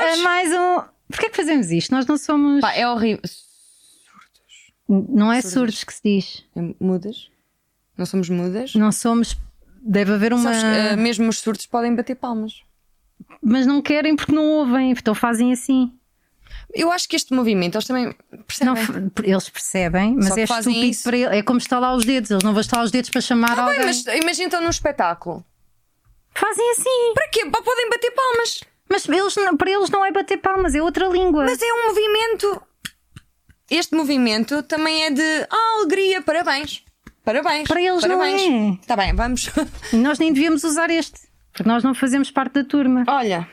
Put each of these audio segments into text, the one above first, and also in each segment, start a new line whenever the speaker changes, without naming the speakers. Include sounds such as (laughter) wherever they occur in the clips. é mais um. Porquê é que fazemos isto? Nós não somos.
Pá, é horrível.
não é
surdos.
surdos que se diz.
É Mudas? Não somos mudas?
Não somos. Deve haver uma.
Sabes, eh, mesmo os surdos podem bater palmas.
Mas não querem porque não ouvem, então fazem assim.
Eu acho que este movimento, eles também percebem.
Não, f- eles percebem, mas
Só que
é
fazem
estúpido
isso.
para ele. É como estalar os dedos, eles não vão estalar os dedos para chamar
Ah, bem,
alguém.
mas imagina então num espetáculo.
Fazem assim.
Para quê? Pá, podem bater palmas.
Mas eles, não- para eles não é bater palmas, é outra língua.
Mas é um movimento. Este movimento também é de ah, alegria, parabéns. Parabéns.
Para eles não
parabéns.
é.
Está bem, vamos. (laughs)
E Nós nem devíamos usar este, porque nós não fazemos parte da turma.
Olha.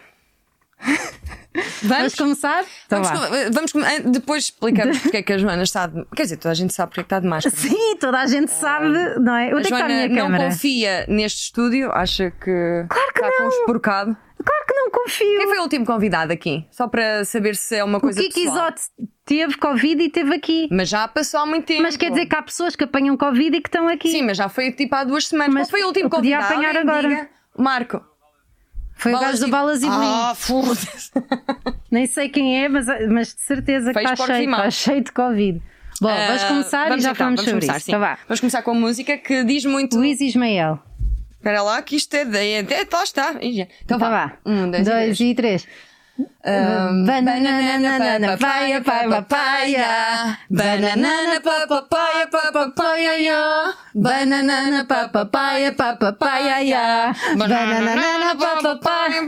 Vamos,
Vamos começar? Então
vamos,
vá.
com- vamos com- ah, depois
(laughs)
explicamos porque é que a Joana está de, Quer dizer, toda a gente sabe porque é que está de máscara.
Sim, toda a gente sabe, não é? Onde é que está a
Joana
minha
não
câmara?
confia neste estúdio, acha que,
Claro que
está com um esporcado.
Claro que não confio.
Quem foi o último convidado aqui? Só para saber se é uma
O
coisa
Kiki
pessoal.
Isote teve Covid e teve aqui.
Mas já passou há muito tempo.
Mas quer dizer que há pessoas que apanham Covid e que estão aqui.
Sim, mas já foi tipo há duas semanas.
Mas
Mas foi o último
eu podia
convidado.
apanhar
Alguém
agora.
diga. Marco.
Foi o gajo do Balas e Bolinhos.
Ah, foda-se.
Nem sei quem é, mas, mas de certeza que
Fez
está
porcos e
cheio, está
maus.
cheio de Covid. Bom, vais
Ah,
começar e
vamos
já
então,
falamos
vamos
sobre
começar,
isso.
sim.
Tá vá.
Vamos começar com a música que diz muito.
Luís Ismael.
Espera lá, que isto é. de- é, de- lá está. Ih, já. Então
Tá
vá.
vá.
Um, dois, e três.
e três. Banana, papaya, papaya. Banana, papaya, papaya. Banana, papaya, papaya. Banana, papaya. Banana, papaya,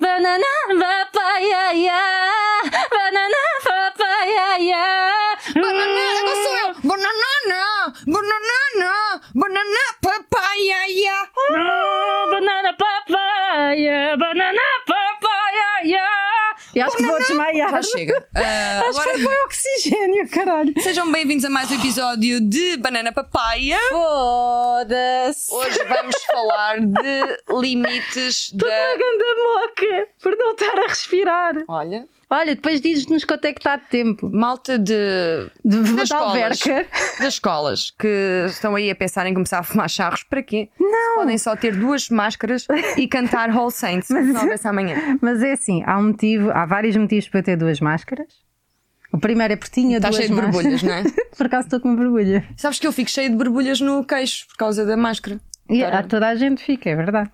Banana, papaya. é
Banana, agora sou eu. Banana, banana, banana, papaya, ya.
Ah, banana papaya, banana papaya, yeah. E acho que vou desmaiar.
Já
(laughs)
chega. Ah,
Acho
agora
que foi oxigênio, caralho.
Sejam bem-vindos a mais um episódio de Banana Papaya.
Foda-se.
Hoje vamos falar de
(laughs)
limites da.
Ganda moca, por não estar a respirar.
Olha,
Olha, depois dizes-nos quanto é que está de tempo.
malta de.
De, de
das escolas,
alverca.
das escolas que estão aí a pensar em começar a fumar charros, para quê? Não! Podem só ter duas máscaras e cantar All
(laughs)
Saints às nove dessa manhã.
Mas é assim, há um motivo, há vários motivos para eu ter duas máscaras. O primeiro é porque tinha
Está
duas
cheio de
máscaras.
borbulhas, não é?
(laughs) Por acaso estou com uma borbulha.
Sabes que eu fico cheio de borbulhas no queixo por causa da máscara.
E
Caralho.
a toda a gente fica, é verdade.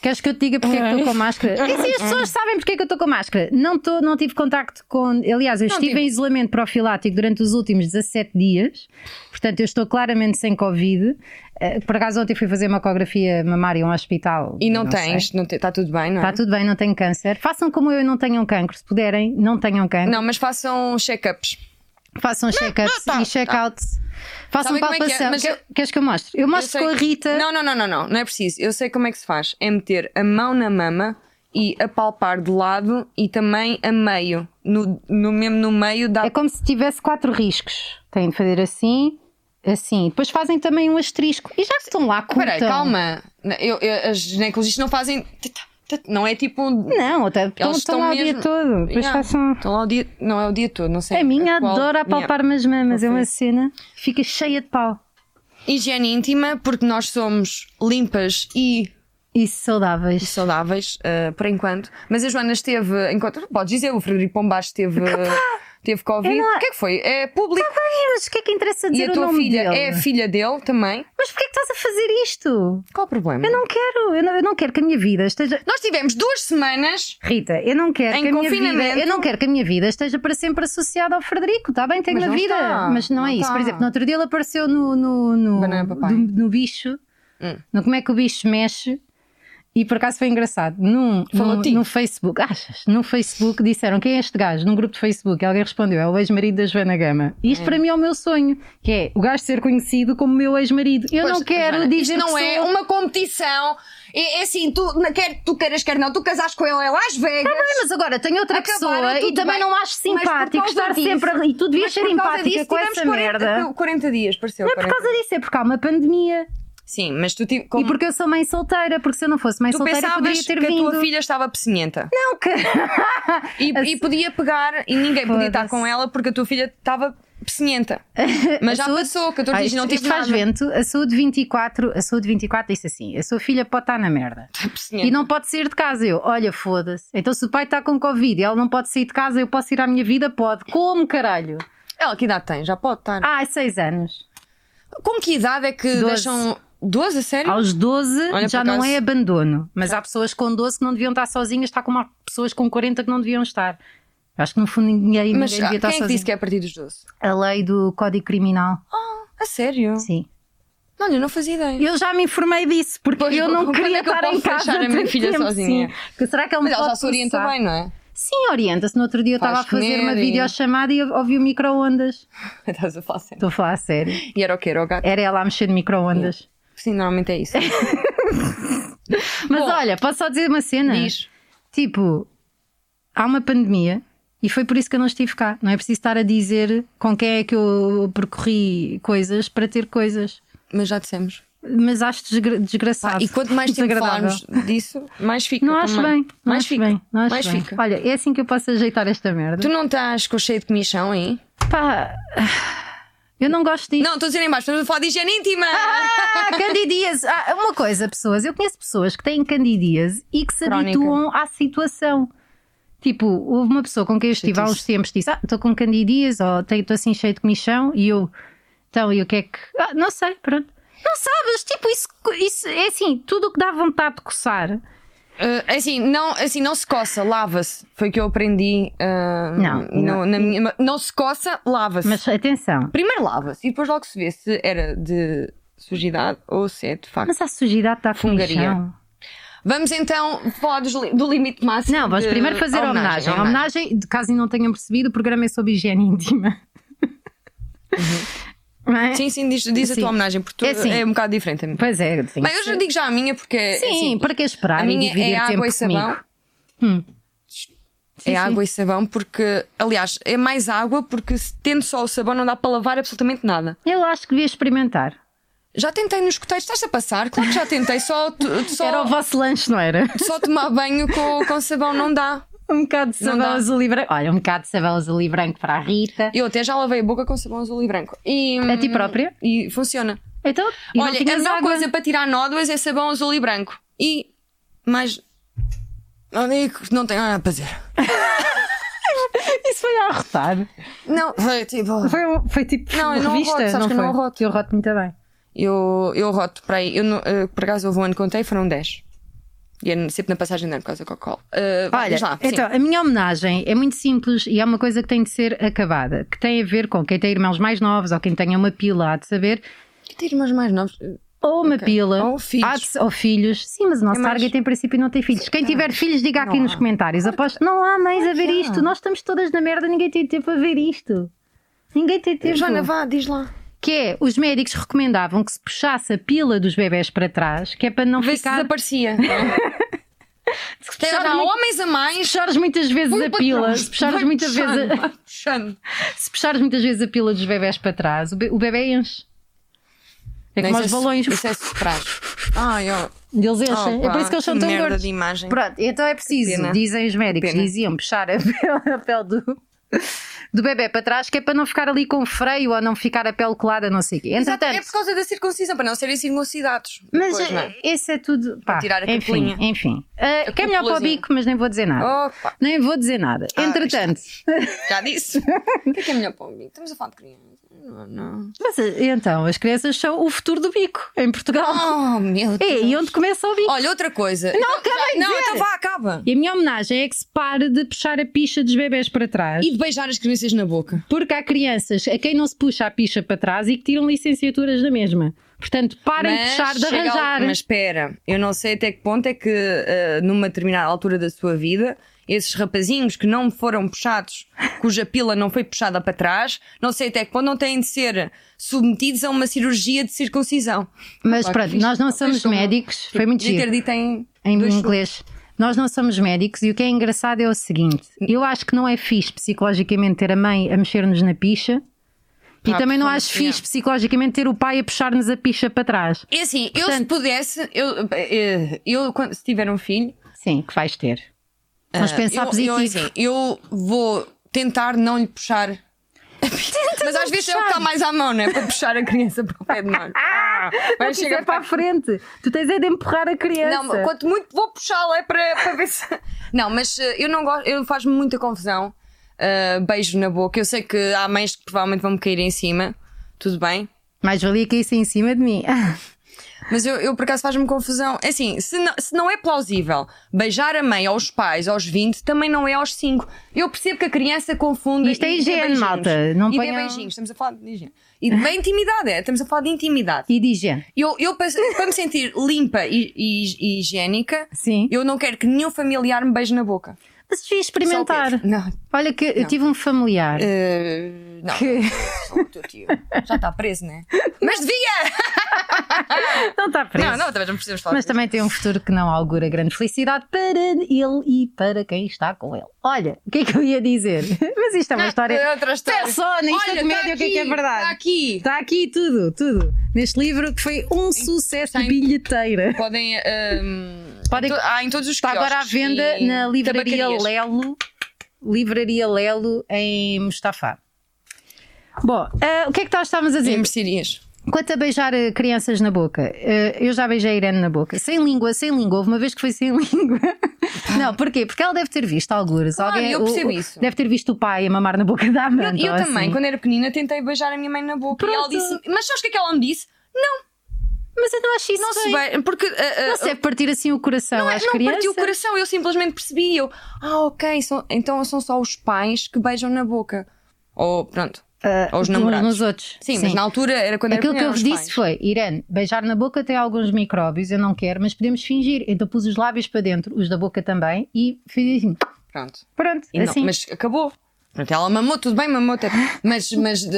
Queres que eu te diga porque é que estou com máscara? E sim, as pessoas sabem porque é que eu estou com máscara. Não, tô, não tive contacto com. Aliás, eu estive
tive.
em isolamento profilático durante os últimos 17 dias, portanto, eu estou claramente sem Covid. Eh, Por acaso, ontem fui fazer uma ecografia mamária a um hospital.
E não,
sei.
tens, não te- está tudo bem, não é?
Está tudo bem, não tenho câncer. Façam como eu e não tenham cancro. Se puderem, não tenham cancro.
Não, mas façam check-ups.
Façam check-ups
não, tá,
e check-outs. Façam
Sabem como é que é?
palpação.
Mas
Quer-
eu-
Queres que eu mostre? Eu
Eu
mostro
sei-
com a Rita.
Não, não, não, não, não, não é preciso. Eu sei como é que se faz. É meter a mão na mama e apalpar de lado e também a meio. No, no mesmo no meio dá.
É como se tivesse quatro riscos. Têm de fazer assim, assim. Depois fazem também um asterisco. E já que estão lá, curtam.
Espera aí, Ah, calma. Eu, eu- as ginecologistas não fazem. Não é tipo. um-
Não, até, estão,
Elas
estão lá o dia
mesmo-
todo. Depois
Yeah.
façam...
Estão lá o dia. Não é o dia todo, não sei.
A minha
qual-
adora apalpar-me as mamas. É uma
Ok.
cena. que Fica cheia de pau.
Yeah. Higiene íntima, porque nós somos limpas e
E saudáveis.
saudáveis, eh, por enquanto. Mas a Joana esteve. Enquanto, podes dizer, o Frederico Pombás teve. Teve Covid.
não-
O que é que foi? É público.
Ai, mas o que é que interessa
E
dizer
a
o
tua
nome
filha
dele?
é filha dele também.
Mas porquê é que estás a fazer isto?
Qual o problema?
Eu não quero. Eu não, eu não quero que a minha vida esteja...
Nós tivemos duas semanas.
Rita, eu não quero
Em
que a minha vida,
confinamento-
eu não quero que a minha vida esteja para sempre associada ao Frederico, está bem? Tenho
Mas
uma
não
vida,
está,
mas não,
não
é isso. Por
está.
exemplo, no outro dia ele apareceu no no, no,
Banana papai.
do- no bicho,
Hum.
no como é que o bicho mexe. E por acaso foi engraçado. Num,
Falou
num,
de ti.
no Facebook, achas? No Facebook disseram quem é este gajo? Num grupo de Facebook, alguém respondeu: é o ex-marido da Joana Gama. E isto para mim é o meu sonho, que é o gajo ser conhecido como meu ex-marido. Eu
Pois,
não quero
Joana,
dizer
Isto não
que
é
sou...
uma competição. É, é assim, tu, na- quer tu queiras, quer não, tu casaste com ele em Las Vegas.
Bem, mas agora tenho outra
Acabaram,
pessoa e
tudo
também
bem.
não acho
Mas por
simpático
causa
estar
disso-
sempre a... E tu devias
mas
ser
por causa
empática
disso
com
tivemos
essa
40,
merda.
40 dias, pareceu.
Não é por
40.
causa disso, é porque há uma pandemia.
Sim, mas tu, ti-
E
como
porque eu sou mãe solteira, porque se eu não fosse mãe
tu
solteira eu
pensavas
poderia
que
ter
a
vindo.
tua filha estava pecinhenta.
Não, que...
E, e podia pegar e ninguém podia estar com ela porque a tua filha estava pecinhenta.
(laughs)
Mas já
saúde-
passou, 14 dias
isto,
não
isto
tive
faz
nada.
vento. A saúde 24, a saúde 24 disse assim: a sua filha pode estar na merda.
Pecinhenta.
E não pode sair de casa. Eu, olha, foda-se. Então, se o pai está com Covid e ela não pode sair de casa, eu posso ir à minha vida? Pode. Como caralho?
Ela que idade tem? Já pode estar.
Ah, há seis anos.
Com que idade é que
Doze.
deixam. 12, a sério?
Aos 12
Olha,
já
por
não
acaso- Tá.
é abandono. Mas há pessoas com 12 que não deviam estar sozinhas, está como há pessoas com 40 que não deviam estar. Eu Acho que no fundo ninguém, ninguém
Mas
devia
ah, quem
estar
é que
sozinho.
disse que é Ah. a partir dos 12?
A lei do Código Criminal.
A sério?
Sim.
Olha, eu não fazia ideia.
Eu já me informei disso, porque
Pois,
eu não
quando é
queria
que eu
estar
posso
em casa.
deixar a minha
tanto
filha
tempo,
sozinha?
Sim. Que será que ele me
Mas ela
pode
já se orienta
processar?
bem, não é? (laughs)
Sim, orienta-se. No outro dia eu
Faz
estava a fazer uma
comer e-
videochamada e ouvi o micro-ondas.
Estás a falar sério.
Estou a falar a sério.
E era o quê? Era o gato?
Era ela a mexer de micro-ondas.
Sim, normalmente é isso.
Mas
Bom.
olha, posso só dizer uma cena?
Diz.
Tipo, há uma pandemia e foi por isso que eu não estive cá. Não é preciso estar a dizer com quem é que eu percorri coisas para ter coisas.
Mas já dissemos.
Mas acho desgra-
Pá,
desgraçado.
e quanto
(laughs)
mais tempo
desagradável.
falarmos disso, mais fica.
é Não acho
também.
bem. Não
mais
acho
fica.
bem. Não acho
mais
bem.
fica.
Olha, é assim que eu posso ajeitar esta merda.
Tu não estás com cheio de comichão, hein?
Pá, eu não gosto disso.
Não, estou a dizer em baixo, estamos a falar de higiene
(laughs)
íntima.
Ah, candidíase. Ah, uma coisa, pessoas, eu conheço pessoas que têm candidíase e que se
Crónica.
habituam à situação. Tipo, houve uma pessoa com quem eu estive há uns
Chatice.
tempos que disse: Ah, estou com candidíase ou "Tenho- estou assim cheio de comichão e eu, então, e o que é que. Ah, não sei, pronto. Não sabes, tipo, isso, isso é assim, tudo o que dá vontade de coçar.
Ah, assim, não, assim, não se coça, lava-se. Foi o que eu aprendi. ah,
Não,
no- na minha- não se coça, lava-se.
Mas atenção,
Primeiro lava-se e depois logo se vê se era de sujidade ou se é de facto.
mas a sujidade está
Fungaria.
comichão.
Vamos então falar dos li- do limite máximo.
Não, vamos
de-
primeiro fazer a homenagem. A homenagem, de caso não tenham percebido, o programa é sobre higiene íntima.
Uhum.
(laughs) Não é?
Sim, sim, diz, diz a
Sim.
tua homenagem, porque tu
É
é,
assim.
um bocado diferente a mim.
Pois é, sim.
Bem, eu já digo já a minha, porque. é
Sim,
simples.
para que esperar
A
e
minha
dividir
é
tempo
água e sabão.
comigo? Hum. Sim,
é
sim.
água e sabão, porque, aliás, é mais água, porque se tendo só o sabão não dá para lavar absolutamente nada.
Eu acho que devia experimentar.
Já tentei nos coteiros, estás a passar? Claro que já tentei, só, tu-
(laughs)
só,
Era o vosso lanche, não
(laughs)
era?
só tomar banho com, com sabão não dá.
Um bocado de sabão
dá.
azul e branco. Olha, um bocado de sabão azul e branco para a Rita.
Eu até já lavei a boca com sabão azul e branco. E,
É A ti própria?
E funciona.
Então, e não
Olha, a
tinhas
melhor
água?
coisa para tirar nódoas é sabão azul e branco. E. Mas. Não digo, não tenho nada para dizer.
Isso foi a arrotar.
Não, foi tipo.
Foi, foi tipo
Não, eu não
revista,
arroto, sabes que eu
foi?
não arroto.
Eu roto muito bem.
Eu, eu roto para aí. Eu, não- eh, por acaso houve um ano que contei, foram 10. E é sempre na passagem de ano por causa da Coca-Cola. Eh, vá,
Olha,
diz lá, sim.
então, a minha homenagem é muito simples e é uma coisa que tem de ser acabada, que tem a ver com quem tem irmãos mais novos ou quem tenha uma pila, há de saber,
Tem irmãos mais novos. Eh,
ou uma
Ok.
pila,
Ou filhos.
há de- ou filhos. Sim, mas o nosso
É mais- é
target em princípio não tem filhos. Quem tiver filhos, diga aqui
há.
nos comentários. Aposto, não há mães a ver
que há.
isto. Nós estamos todas na merda, ninguém tem tempo a ver isto. Ninguém tem tempo.
Joana, vá, diz lá.
Que é, os médicos recomendavam que se puxasse a pila dos bebés para trás, que é para não
Vê se
ficar. (laughs)
desaparecia.
Se
Tem
puxares
já
muito-
homens a mais.
puxares muitas vezes a
Vai
pila,
trás,
se puxares
vai
muitas
puxando,
vezes a-
vai puxando.
(laughs) se puxares muitas vezes a pila dos bebés para trás, o, be- o bebê enche. É
Não,
como
isso
os
é-
balões,
Isso é soprar. Ai, ó.
eles
Oh,
enchem. é
pá,
por isso que eles são
que
tão
merda
gordos.
de imagem.
Pronto, então é
Que
preciso,
pena.
dizem os médicos,
pena.
diziam puxar a (laughs) pele, a pele do, do bebê para trás, que é para não ficar ali com freio ou não ficar a pele colada, não sei o quê.
Exato,
Entretanto,
é por causa da circuncisão, para não serem circuncidados.
mas
Depois, não é?
eh, esse é tudo. Pá,
tirar a
enfim,
capelinha.
enfim. Ah, que é melhor para o
cupulazinha.
bico, mas nem vou dizer nada.
Opa,
Nem vou dizer nada.
Ah,
Entretanto,
já disse. o que é que é melhor para o bico? Estamos a falar de criança. Não, não.
(laughs) mas, eh, então, as crianças são o futuro do bico em Portugal.
Oh, meu Deus.
É, e onde começa o bico?
Olha, outra coisa. Não,
acabei de
Não,
dizer.
então vá, acaba.
E a minha homenagem é que se pare de puxar a picha dos bebés para trás.
E de beijar as crianças na boca.
Porque há crianças a quem não se puxa a picha para trás e que tiram licenciaturas da mesma. Portanto, parem de puxar, de
chega al-
arranjar.
Mas espera, eu não sei até que ponto é que ah, numa determinada altura da sua vida esses rapazinhos que não foram puxados, cuja pila não foi puxada para trás, não sei até que ponto não têm de ser submetidos a uma cirurgia de circuncisão.
Mas
Pá, que
pronto,
fixe.
nós não
Fiz
somos
como-
médicos. Foi muito
Devia
giro.
Tipo, ter dito em,
Em
dois
inglês. Nós não somos médicos e o que é engraçado é o seguinte: eu acho que não é fixe psicologicamente ter a mãe a mexer-nos na picha. E
Pá,
também não
pois,
acho
yeah.
fixe psicologicamente ter o pai a puxar-nos a picha para trás.
É assim, eu se
Portanto-
pudesse, eu, eh, eu quando- se tiver um filho,
Sim, que vais ter. Vamos
ah,
pensar
eu,
(laughs) positivo.
Eu, assim, eu vou tentar não lhe puxar. Mas às vezes é o que está mais à mão, não é? Para puxar a criança para o pé de nós. Ah, vai
Mas
chegar
é para a frente. Tu tens é de empurrar a criança.
Não, quanto muito vou puxá-la é para, para ver se. Não, mas eh, eu não gosto, eu faz-me muita confusão. eh, beijo na boca. Eu sei que há mães que provavelmente vão me cair em cima, tudo bem.
Mais valia que isso em cima de mim. (laughs)
Mas eu, eu por acaso faz-me confusão. É Assim, se não, se não é plausível beijar a mãe aos pais aos 20, também não é aos 5. Eu percebo que a criança confunde.
Isto é
e dê
higiene,
beijinhos.
malta. Não
e dê
ponham-
beijinhos, estamos a falar de higiene. E de bem intimidade, é? Estamos a falar de intimidade.
E diz "É, gente.
Eu, eu para, para me sentir limpa e, e- e higiênica,
Sim.
eu não quero que nenhum familiar me beije na boca.
Mas devia
Só o
experimentar.
Pedro. Não.
Olha, que eu tive um familiar.
Eh, não.
Que... (laughs)
Só o teu tio. Já está preso, né? Mas devia!
Não está preso.
Não, não, também não precisamos falar.
Mas
disso.
também tem um futuro que não augura grande felicidade para ele e para quem está com ele. Olha, o que é que eu ia dizer? (laughs) Mas isto é uma
Ah,
história.
outra história.
Persona, isto é
Olha,
comédia,
tá
o que é que é
aqui,
verdade?
Está aqui.
Está aqui tudo, tudo. Neste livro que foi um sucesso
está em-
bilheteira.
Podem. ehm,
Podem-
em to- Há em todos os
Está agora à
quiosques
venda
e
na Livraria
tabacarias.
Lelo, Livraria Lelo em Mustafá. Bom, ah, o que é que nós estávamos a
Em
dizer?
mercearias.
Quanto a beijar eh, crianças na boca, eh, eu já beijei a Irene na boca, sem língua, sem língua, houve uma vez que foi sem (laughs) língua. Não, porquê? Porque ela deve ter visto algures.
Claro,
alguém,
eu percebo
o- o-
isso.
Deve ter visto o pai a mamar na boca da
Eu,
amante.
eu
ou
também,
assim.
quando era pequenina, tentei beijar a minha mãe na boca. E ela
Pronto.
disse: Mas sabes o que é que ela me disse?
Mas eu não acho isso
Não se
bem.
bem. Porque. ah, ah,
Não se deve partir assim o coração
Não, é-
às
não
crianças.
partiu o coração, eu simplesmente percebi. Eu, ah, ok, são- então são só os pais que beijam na boca. Ou pronto.
Ah,
aos
uns
namorados.
nos outros.
Sim, mas na altura é era quando
Aquilo que
era pequena,
eu vos
eram os
disse foi: Irene, beijar na boca tem alguns micróbios, eu não quero, mas podemos fingir. Então pus os lábios para dentro, os da boca também, e fiz assim.
pais. Pronto.
Pronto,
E não-
assim.
mas acabou. Pronto, ela mamou, tudo bem, mamou até. Mas, mas de.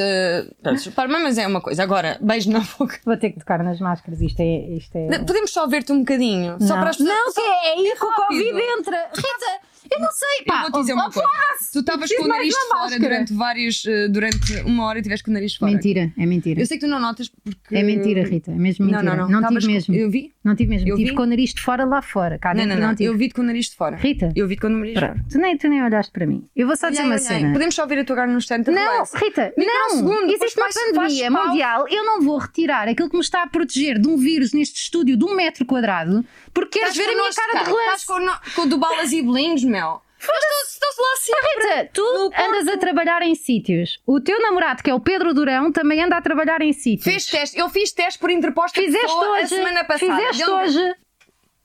Pronto, para, mas é uma coisa. Agora, beijo na boca.
Vou ter que tocar nas máscaras, isto é. Isto é...
Podemos só ver-te um bocadinho? Só
não.
para as pessoas.
Não, que é aí que o
rápido.
Covid entra. Rita, eu não sei,
Eu
pá.
vou te dizer uma
oh,
coisa. Tu estavas com
preciso
o
mais
nariz
uma
fora
máscara.
durante vários. eh, Durante uma hora e tiveste com o nariz fora.
Mentira, é mentira.
Eu sei que tu não notas porque.
É mentira, Rita, é mesmo mentira.
Não, não, não. Estavas
tive
com-
mesmo.
Eu vi?
Não tive mesmo.
Eu
tive
vi.
com o nariz de fora lá fora. Cá
Não,
dentro
não,
não,
não.
tive.
Eu vi-te com o nariz de fora.
Rita.
Eu vi-te com o nariz de fora.
Pronto, tu nem, tu nem olhaste para mim. Eu vou só dizer
Olhei,
uma
olhei.
cena.
Podemos só ouvir a tua cara nos tantos
Não, Rita,
Microsegundo,
não.
depois
Existe uma
faz- faz
pandemia
pau.
mundial. Eu não vou retirar aquilo que me está a proteger de um vírus neste estúdio de um metro quadrado porque queres ver a minha cara de relance.
Estás com, no- com o do balas e bolinhos, meu. Mas estás lá sempre.
Rita, tu andas a trabalhar em sítios. O teu namorado, que é o Pedro Durão, também anda a trabalhar em sítios.
Fez teste. Eu fiz teste por interposta
Fizeste
pessoa
hoje.
a semana passada.
Fizeste
Deu-
hoje.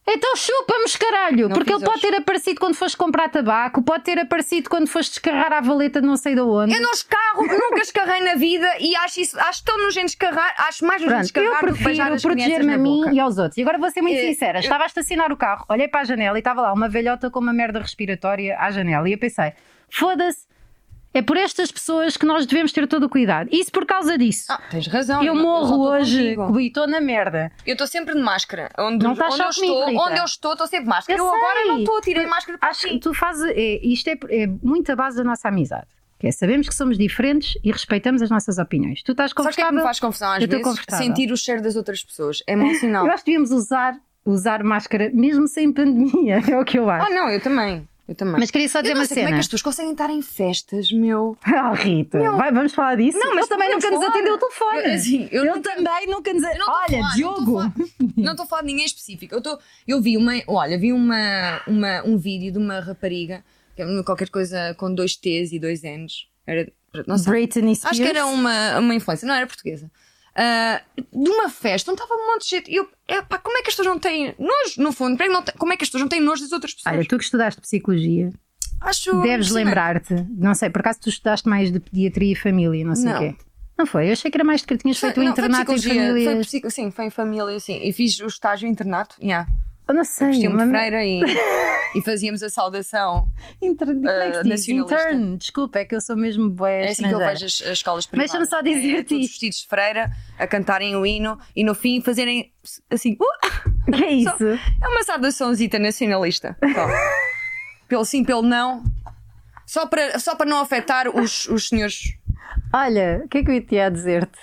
Então chupa-me, caralho,
Não
porque
fiz
ele pode
hoje.
ter aparecido quando foste comprar tabaco, pode ter aparecido quando foste descarrar a valeta de não sei de onde.
Eu não escarro, nunca escarrei na vida e acho, isso, acho tão nojento escarrar, acho mais nojento
Pronto, eu
escarrar do que beijar
prefiro
as crianças
proteger-me
na
a mim
boca.
e aos outros. E agora vou ser muito
Eh,
sincera: estava a estacionar o carro, olhei para a janela e estava lá uma velhota com uma merda respiratória à janela. E eu pensei: foda-se, é por estas pessoas que nós devemos ter todo o cuidado. Isso por causa disso.
Ah, tens razão.
eu
não- só
morro
estou
hoje,
contigo.
e estou na merda.
Eu estou sempre de máscara. Onde,
Não
onde,
estás só
eu
comigo,
estou,
Rita.
onde eu estou, estou sempre de máscara.
Eu
Eu, agora
sei.
não estou, tirei a máscara para
Acho
ti.
que tu fazes. é, isto é, é muito a base da nossa amizade. Que é, sabemos que somos diferentes e respeitamos as nossas opiniões. Tu estás
Sabes o que é que
confortável?
me faz confusão às
Eu estou
vezes?
confortável.
Sentir o cheiro das outras pessoas. É mau sinal.
Eu acho que devíamos usar, usar máscara mesmo sem pandemia, (laughs) é o que eu
Ah,
acho.
não, eu também. Eu também.
Mas queria só dizer
eu não
uma
sei
cena.
como é que
(laughs)
as pessoas conseguem estar em festas, meu.
Ah, Rita, vai, vamos falar disso?
Não, mas
Ele também
podemos
nunca nos
falar.
atendeu o telefone.
Eu- assim, eu
Ele
nunca-
também nunca nos
Eu não estou a
Olha,
falar, não estou
Diogo.
a falar- (laughs) Não estou a falar de ninguém específico. Eu, estou- eu vi uma. Olha, vi uma, uma- um vídeo de uma rapariga, que é qualquer coisa com dois T's e dois N's. Era, não sei.
Britney Spears.
Acho que era um uma, uma influência, não era portuguesa. Ah, de uma festa onde estava um monte de gente. E eu, epá, como é que as pessoas não têm nojo, no fundo? Como é que não têm- Como é que as pessoas não têm nojo das outras pessoas?
Olha, tu que estudaste psicologia,
Acho.
deves
impressionante.
lembrar-te. Não sei, por acaso tu estudaste mais de pediatria e família, não sei o
Não.
quê. Não foi? Eu achei que era mais que tinhas feito o
Não, foi
internato em
psicologia,
família.
Foi psico- sim, foi em família, sim. E fiz o estágio em internato. Yeah.
Eu não sei.
Vestia-me de
Hum, mas-
freira
(laughs)
e, e fazíamos a saudação.
Inter... como é que se
Ah,
diz?
nacionalista.
Intern, desculpa, é que eu sou mesmo boa
É assim que eu vejo as, as escolas privadas.
Deixa-me só dizer-te
É, todos
isto.
vestidos de freira, a cantarem o hino e no fim fazerem assim. "Uh!"
(laughs) Que é isso?
É uma saudaçãozita nacionalista.
(laughs)
Só. pelo sim, pelo não. Só para, só para não afetar os, os senhores
Olha, o que é que eu ia te a dizer-te?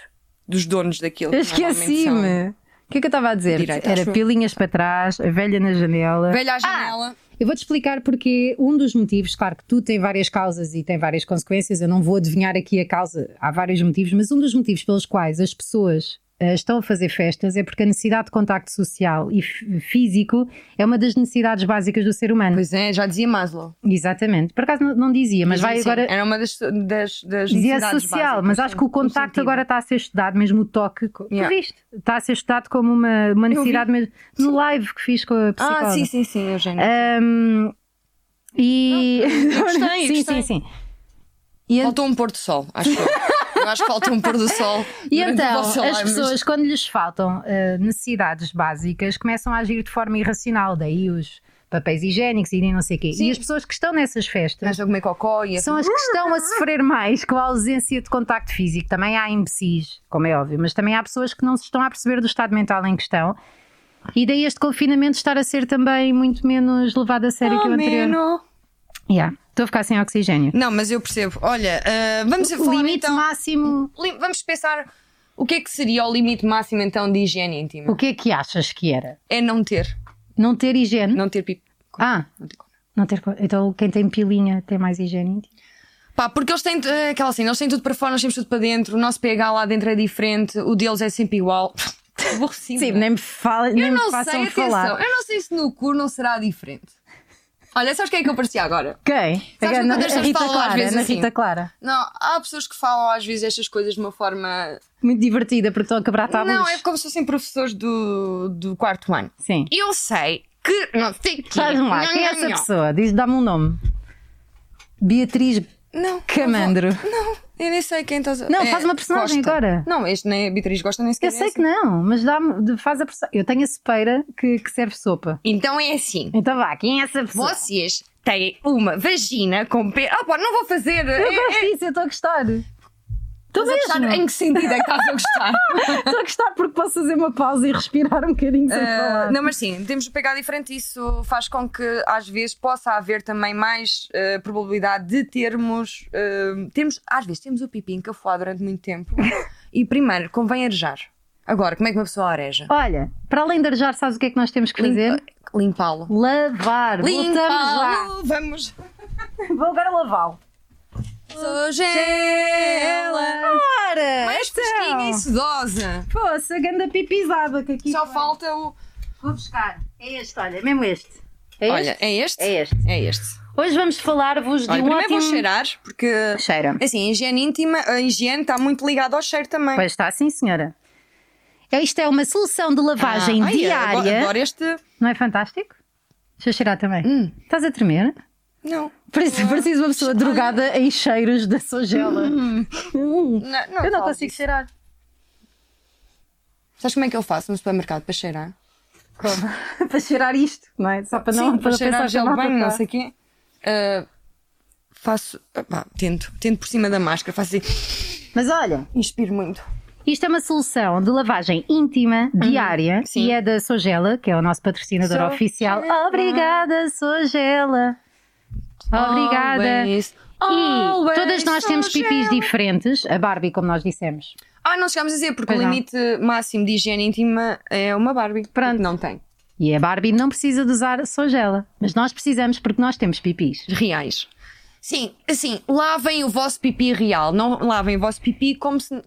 dos donos daquilo.
Eu
que normalmente são.
esqueci-me. O que é que eu estava a dizer?
Direito,
Era
acho eu.
pilinhas para trás, a velha na janela.
Velha à janela.
Ah, Eu vou-te explicar porque um dos motivos, claro que tudo tem várias causas e tem várias consequências, eu não vou adivinhar aqui a causa, há vários motivos, mas um dos motivos pelos quais as pessoas eh, estão a fazer festas é porque a necessidade de contacto social e fí- físico é uma das necessidades básicas do ser humano.
Pois é, já dizia Maslow.
Exatamente. Por acaso não, não dizia, mas vai
Dizia assim,
agora.
Era uma das, das, das
Dizia
necessidades
social,
básicas,
mas acho que
sim,
o
no
contacto
sentido.
agora está a ser estudado, mesmo o toque. co- Tu
Yeah.
viste? Está a ser estudado como uma, uma necessidade mesmo. No live que fiz com a psicóloga.
Ah, sim, sim, sim, Eugênio.
Ahm, e. (laughs)
gostei, eu
sim,
gostei.
sim, sim.
Faltou um pôr do sol, acho eu. eu acho que faltou um pôr do sol.
(laughs) E
durante o
então,
vosso
as
live, mas-
pessoas, quando lhes faltam eh, necessidades básicas, começam a agir de forma irracional. Daí os papéis higiênicos e não sei o quê.
Sim.
E as pessoas que estão nessas festas.
Começam a comer cocó e a-
São as que estão a sofrer mais com a ausência de contacto físico. Também há imbecis, como é óbvio, mas também há pessoas que não se estão a perceber do estado mental em questão. E daí este confinamento estar a ser também muito menos levado a sério que o
Oh,
anterior.
meno.
Yeah. Estou a ficar sem oxigênio.
Não, mas eu percebo. Olha, ah, vamos falar
Limite
então.
máximo.
Lim- Vamos pensar o que é que seria o limite máximo então de higiene íntima?
O que é que achas que era?
É não ter.
Não ter higiene?
Não ter pipi.
Ah,
Não ter cocó.
não ter. co- Então quem tem pilinha tem mais higiene?
Pá, porque eles têm eh, aquela assim, eles têm tudo para fora, nós temos tudo para dentro, o nosso pH lá dentro é diferente, o deles é sempre (laughs) igual. Aborrecido.
Sim, nem me, fala, nem
né? Eu
me
não
façam
sei, atenção,
falar.
eu não sei se no cu não será diferente. Olha, sabes quem é que eu parecia agora?
Quem?
quando
Ana-
as pessoas
Rita
falam às
Clara,
vezes
Ana
assim?
Rita Clara.
Não, há pessoas que falam às vezes estas coisas de uma forma.
Muito divertida, porque estão a quebrar tabus.
Não, é como se fossem professores do, do quarto ano.
Sim.
Eu sei que não sei que.
Faz-me lá,
Não,
quem é
não,
essa
não.
pessoa? Diz, dá-me um nome. Beatriz
Não. não
Camandro.
vou- Não, eu nem sei quem estás a.
Não, faz uma personagem
Costa.
agora.
Não, este nem a Beatriz gosta nem sequer. é
Eu sei
assim.
que não, mas dá-me, de- faz a pessoa. Eu tenho a sopeira que, que serve sopa.
Então é assim.
Então vá, quem é essa pessoa?
Vocês têm uma vagina com pe... Ah, pá, não vou fazer.
Eu
É-
gosto disso, eu estou a gostar. Estou
Estás a gostar?
mesmo.
Em que sentido é que estás a
(laughs)
gostar?
Estou a gostar porque posso fazer uma pausa e respirar um bocadinho sem falar.
Uh, não, mas
(laughs)
sim, temos o pH diferente. Isso faz com que às vezes possa haver também mais uh, probabilidade de termos, uh, termos. Às vezes temos o pipi encafuado durante muito
(laughs)
tempo e primeiro convém arejar. Agora, como é que uma pessoa areja?
Olha, para além de arejar, sabes o que é que nós temos que fazer?
Limpá-lo.
Lavar. Voltamos lá.
Limpá-lo! Vamos!
Vou agora lavá-lo.
Hoje é ela!
Ora!
Mais
então.
fresquinha e sedosa!
Poça, ganda pipizada que aqui.
Só
foi.
falta o.
Vou buscar. É este, olha, mesmo este. É
Olha,
este?
é este?
É este.
É este.
Hoje vamos falar-vos de
Olha,
um
primeiro
ótimo...
vou cheirar, porque.
Cheira.
Assim, a higiene íntima, a higiene está muito ligada ao cheiro também.
Pois está, sim senhora. É, Isto é uma solução de lavagem
Ah, ai,
diária.
adoro- Adoro este.
Não é fantástico? Deixa eu cheirar também.
Hum.
Estás a tremer?
Não.
Parece, parece uma pessoa drogada em cheiros da Sogela. Hum.
não,
Eu não
falo
consigo
disso.
cheirar.
Sabes como é que eu faço no supermercado para cheirar?
Como? (laughs) para cheirar isto, não é? Só para não
Sim, para
pensar
cheirar
que é
gel de
nada
banho,
está.
não sei o quê. Ah, faço. ah, pá, tento. Tento por cima da máscara, faço assim.
Mas olha,
Inspiro muito.
Isto é uma solução de lavagem íntima, diária,
Uhum. sim.
e é da Sogela, que é o nosso patrocinador
Sogela.
oficial. Obrigada, Sogela! Obrigada!
Always,
e
always
todas nós temos
so
pipis
gel.
diferentes, a Barbie, como nós dissemos.
Ah, não chegámos a dizer, porque
Pois
o
não.
limite máximo de higiene íntima é uma Barbie.
Pronto.
Não tem.
E a Barbie não precisa de usar Sogela, mas nós precisamos porque nós temos pipis.
reais. Sim, assim, lavem o vosso pipi real. Não lavem o vosso pipi como se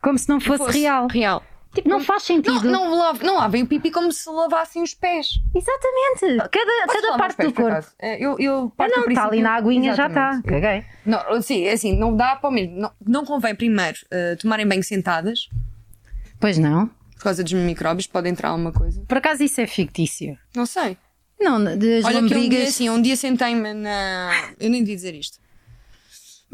Como se não fosse,
fosse
real.
real.
Tipo, não faz
Não,
sentido.
não, lave, não lavem o pipi como se lavassem os pés.
Exatamente! Cada,
Podes
cada
lavar os
parte
pés,
do
por
corpo.
acaso. É, Eu, eu
Ah,
parto do
não, está ali
princípio-
na aguinha, já tá. está.
Exatamente.
Caguei.
Não, sim, assim, não dá para o mesmo. Não, não convém primeiro eh, tomarem banho sentadas,
Pois não.
por causa dos micróbios, pode entrar alguma coisa.
Por acaso isso é fictício.
Não sei.
Não, das
Olha que um dia,
lombrigas.
assim, um dia sentei-me na. Eu nem devia dizer isto.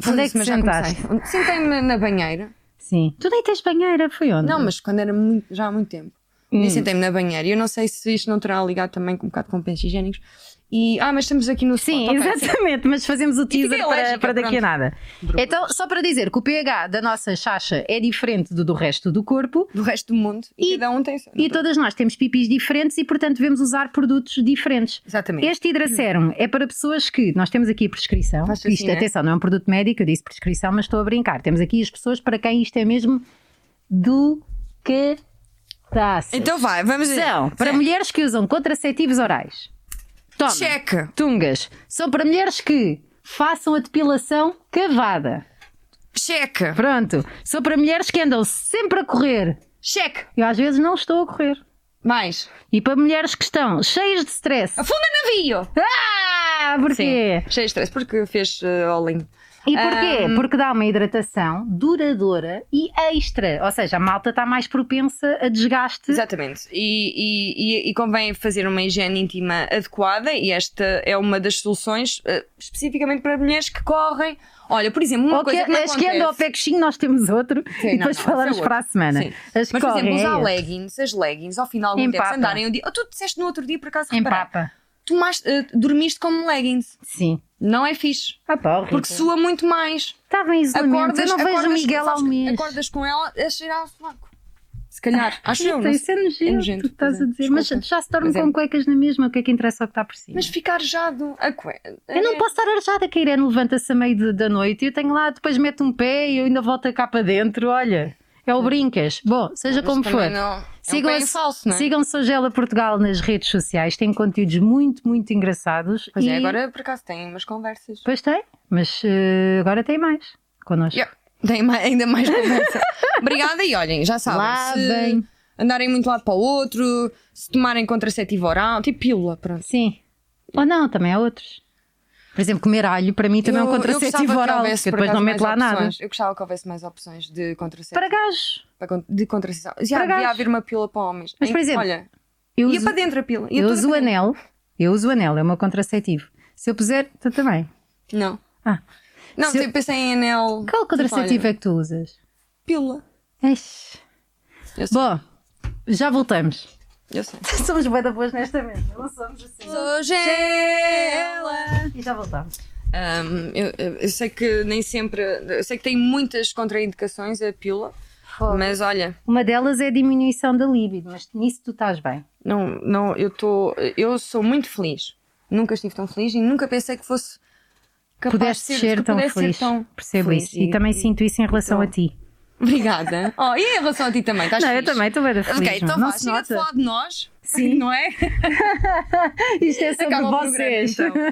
Onde é que
Mas já
sentaste?
comecei. Sentei-me na banheira.
Sim. Tu nem tens banheira, foi onde?
Não, mas quando era muito- já há muito tempo.
Hum.
E sentei-me na banheira. E eu não sei se isto não terá ligado também com um bocado com pensos higiênicos. E, ah, mas estamos aqui no
Sim,
spot. Ok, (laughs)
exatamente, mas fazemos o teaser para,
alérgica,
para daqui a
pronto.
nada. Então, só para dizer que o pH da nossa chacha é diferente do do resto do corpo
Do resto do mundo. E,
E-
cada um tem.
e todas nós temos pipis diferentes e, portanto, devemos usar produtos diferentes.
Exatamente.
Este hidracerum é para pessoas que. Nós temos aqui a prescrição.
Faz assim,
Isto,
né?
atenção, não é um produto médico, eu disse prescrição, mas estou a brincar. Temos aqui as pessoas para quem isto é mesmo do que
Então vai, vamos
São para
Sim.
mulheres que usam contraceptivos orais, Toma.
Cheque.
Tungas. São para mulheres que façam a depilação cavada.
Cheque.
Pronto. São para mulheres que andam sempre a correr.
Cheque.
Eu às vezes não estou a correr.
Mais.
E para mulheres que estão cheias de stress.
Afunda navio.
Ah, porquê?
Sim. Cheio de stress. Porque fez uh, all in.
E porquê? Porque dá uma hidratação duradoura e extra. Ou seja, a malta está mais propensa a desgaste.
Exatamente. E, e- e- e convém fazer uma higiene íntima adequada, e esta é uma das soluções, eh, especificamente para mulheres que correm. Olha, por exemplo, uma
Ou que,
coisa que me
as que andam ao
acontece-
pé coxinho, nós temos outro
Sim,
e depois
não, não,
falamos
esse é
para a
outro.
semana.
Sim.
As que
Mas, por exemplo,
correm,
usar
é esse.
leggings, as leggings, ao final do tempo,
Empapa.
se andarem um dia. Oh, tu disseste no outro dia, por acaso,
Em
repara,
papa.
tomaste, eh, dormiste como leggings.
Sim.
Não é fixe.
Ah, pá, horrível.
Porque sua muito mais.
Estava em isolamento.
Acordas,
eu não vejo
acordas,
Miguel
sabes
ao
que
mês.
Acordas com ela a cheirar a flaco. Se
(laughs)
calhar. Acho eu, não
Isso, isso é nojento,
nojento,
estás
pois é.
a dizer. Mas
Desculpa.
já se dorme
Pois é.
com cuecas na mesma, o que é que interessa o que está por cima?
Mas ficar jado. A é- cué...
Eu não posso estar arejada que a Irene levanta-se a meio de- da noite e eu tenho lá, depois mete um pé e eu ainda volto cá para dentro, olha. É o brincas. Bom, seja
Mas
como
também
for.
não- é um
Sigam-se-
bem falso, não é?
Sigam Sogela Portugal nas redes sociais, tem conteúdos muito, muito engraçados.
Pois
e...
é, agora por acaso têm umas conversas.
Pois tem, mas eh, agora tem mais connosco.
Yeah. Tem ma- ainda mais
(laughs)
conversa. Obrigada e olhem, já sabem.
Lavem.
Se andarem muito um lado para o outro, se tomarem contraceptivo oral, tipo pílula, pronto.
Sim. Ou não, também há outros. Por exemplo, comer alho para mim também é
Eu-
um
eu gostava
contraceptivo
que
oral,
houvesse,
porque
por
depois não
acaso,
mete lá
mais
nada.
opções. Eu gostava que houvesse mais opções de
Para
contraceptivo.
gajos.
para con- De contracepção. Já
Para
devia
gajos.
haver uma pílula para homens.
Mas, por
Em-
exemplo,
olha,
Eu
ia
uso-
para dentro a pílula. ia
Eu
toda
uso o
para dentro.
anel. Eu uso o anel, é o meu contraceptivo. Se eu puser, tu também.
Não.
Ah.
Não,
Se eu-
eu... pensei em anel.
Qual contraceptivo
Tipo, olha,
é que tu usas?
Pílula.
Eish.
Eu sei.
Bom, já voltamos.
Eu sei.
(laughs) Somos bué da boas nesta mesa, não somos assim.
Hoje ela.
E já voltamos.
Um, eu, eu- eu sei que nem sempre. Eu sei que tem muitas contraindicações a pílula, mas olha,
Uma delas é a diminuição da libido, mas nisso tu estás bem.
não, não, eu estou. Eu sou muito feliz. Nunca estive tão feliz e nunca pensei que fosse. Capaz
Pudeste
de
ser,
que
tão
pudesse
feliz.
Ser tão
Percebo
feliz
isso. E, também sinto isso em relação
então-
a ti.
Obrigada.
(laughs)
Oh, e em relação a ti também, estás
não, eu
feliz?
também estou bem da feliz.
Ok, então
não
vá,
se
chega de
nota.
falar de nós, (laughs)
Sim.
não é?
(laughs) Isto é sobre
Acaba o programa,
vocês. (laughs)
então. Uh,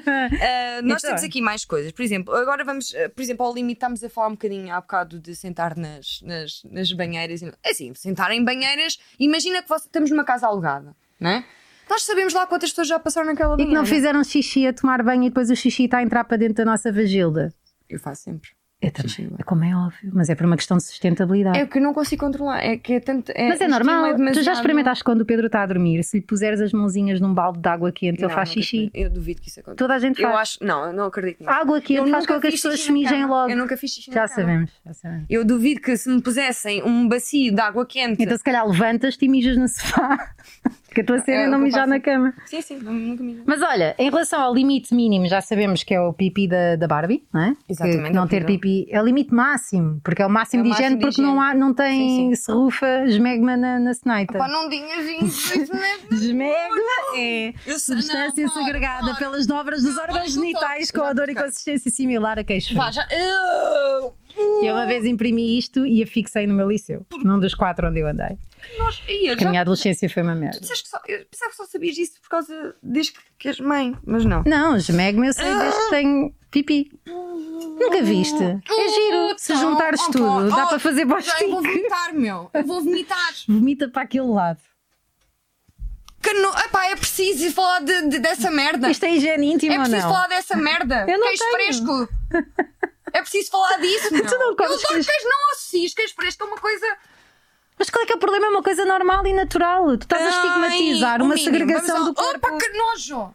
nós
Então.
temos aqui mais coisas. Por exemplo, agora vamos, uh, por exemplo, ao limite estamos a falar um bocadinho há bocado de sentar nas, nas, nas banheiras. e- Assim, sentar em banheiras, imagina que você- estamos numa casa alugada, não é? Nós sabemos lá quantas pessoas já passaram naquela
E
banheira.
que não fizeram xixi a tomar banho e depois o xixi está a entrar para dentro da nossa vagilda.
Eu faço sempre.
É
Xixi,
também.
ué.
É como é óbvio, mas é por uma questão de sustentabilidade.
É que eu não consigo controlar. É que é tanto. É,
Ah. Mas é
o estímulo
normal, tu já
demasiado.
experimentaste quando o Pedro está a dormir, se lhe puseres as mãozinhas num balde de água quente,
Não,
ele faz
nunca
xixi. Ah,
experimento. Eu duvido que isso aconteça.
Toda a gente
Eu
faz.
acho. Não, eu não acredito. nisso.
Água
Eu
quente faz
nunca
com que as
fiz
pessoas
xixi
se
na
mijem
cama.
logo.
Eu nunca fiz xixi na
Já
cama.
sabemos, já sabemos.
Eu duvido que se me pusessem um bacio de água quente.
Então se calhar levantas-te e mijas no sofá. (laughs) Porque a tua cena
É
é
o
não
que eu
mijar
faço.
na cama.
Sim, sim, não- nunca me
Mas olha, em relação ao limite mínimo, já sabemos que é o pipi da, da Barbie, não é? Que-
Exatamente,
Que, não ter
horrível.
pipi é o limite máximo, porque é o máximo
É o
de higiene,
máximo de
porque não, há, não tem
Sim, sim.
serrufa, esmegma na, na senaita.
Pá, não tinha 28 metros.
Esmegma é
(laughs) Eu sei-
substância
Ah, não, fora,
segregada
fora.
pelas dobras dos órgãos
olha, não
genitais
toque.
com odor e
Ok.
consistência similar a queijo.
Vá, já. Eu-
Eu uma vez imprimi isto e a fixei no meu liceu, num dos quatro onde eu andei.
Nós... Ih, eu
Que a
já...
minha adolescência foi uma merda.
Disseste que só... Eu pensava que só sabias disso por causa. Desde que- que és mãe, mas não.
Não, esmego-me, eu sei
Ah!
desde que tenho pipi. Nunca viste? É giro, se
Então,
juntares
opa,
tudo, dá
oh,
para fazer
Já eu vou
bostinho.
vomitar, meu. Eu vou vomitar.
Vomita para aquele lado.
Que no... Epá, é preciso falar de, de- dessa merda.
Isto é higiene íntima
É
ou
preciso
não?
falar dessa merda.
Eu não
queijo
tenho.
fresco. É preciso falar disso. Meu.
(laughs) Tu não comes
eu adoro
queijo-
queijo, não associes. Queijo fresco é uma coisa.
Mas qual é que é o problema? É uma coisa normal e natural. Tu estás a estigmatizar
Ai,
uma
o mínimo.
segregação
Vamos
do
ao-
corpo.
Opa, que nojo!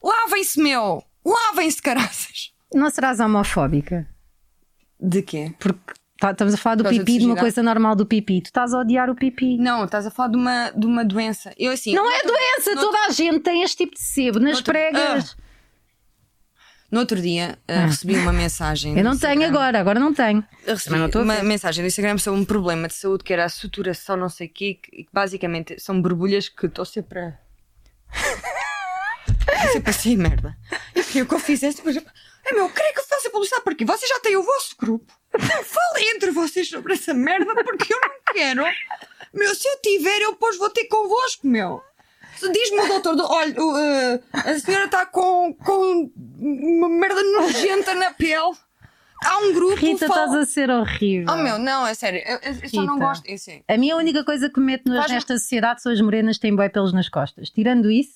Lavem-se, meu! Lavem-se, caraças!
Não serás homofóbica.
De quê?
Porque tá- estamos a falar do
Por causa de
pipi, de uma
sujidade.
coisa normal do pipi. Tu estás a odiar o pipi.
Não, estás a falar de uma, de uma doença. Eu assim.
Não
no
é
outro-
doença,
no-
toda a gente tem este tipo de sebo nas
Outro-
pregas.
Ah, No outro dia uh, recebi uma mensagem.
Ah.
um
eu
do
não tenho
Instagram.
agora, agora não tenho.
Eu Recebi
Também não estou a
uma
ver.
mensagem no Instagram sobre um problema de saúde que era a suturação, não sei o quê, que, que basicamente são borbulhas que estou sempre
(laughs)
a. Estou sempre assim, merda. Eu queria que eu fizesse, mas. É meu, creio que eu faça publicidade porque vocês já têm o vosso grupo. Falem entre vocês sobre essa merda porque eu não quero. Meu, se eu tiver, eu depois vou ter convosco, meu. Diz-me o doutor, do- olha, o, eh, a senhora está com, com uma merda nojenta na pele. Há um grupo.
Rita,
fala-
estás a ser horrível.
Oh meu, não, é sério. Eu, eu- eu só não
Rita.
gosto. é assim. Eu sei.
A minha única coisa que me mete nojo
Faz-me-
nesta sociedade são as morenas que têm boi pelos nas costas. Tirando isso,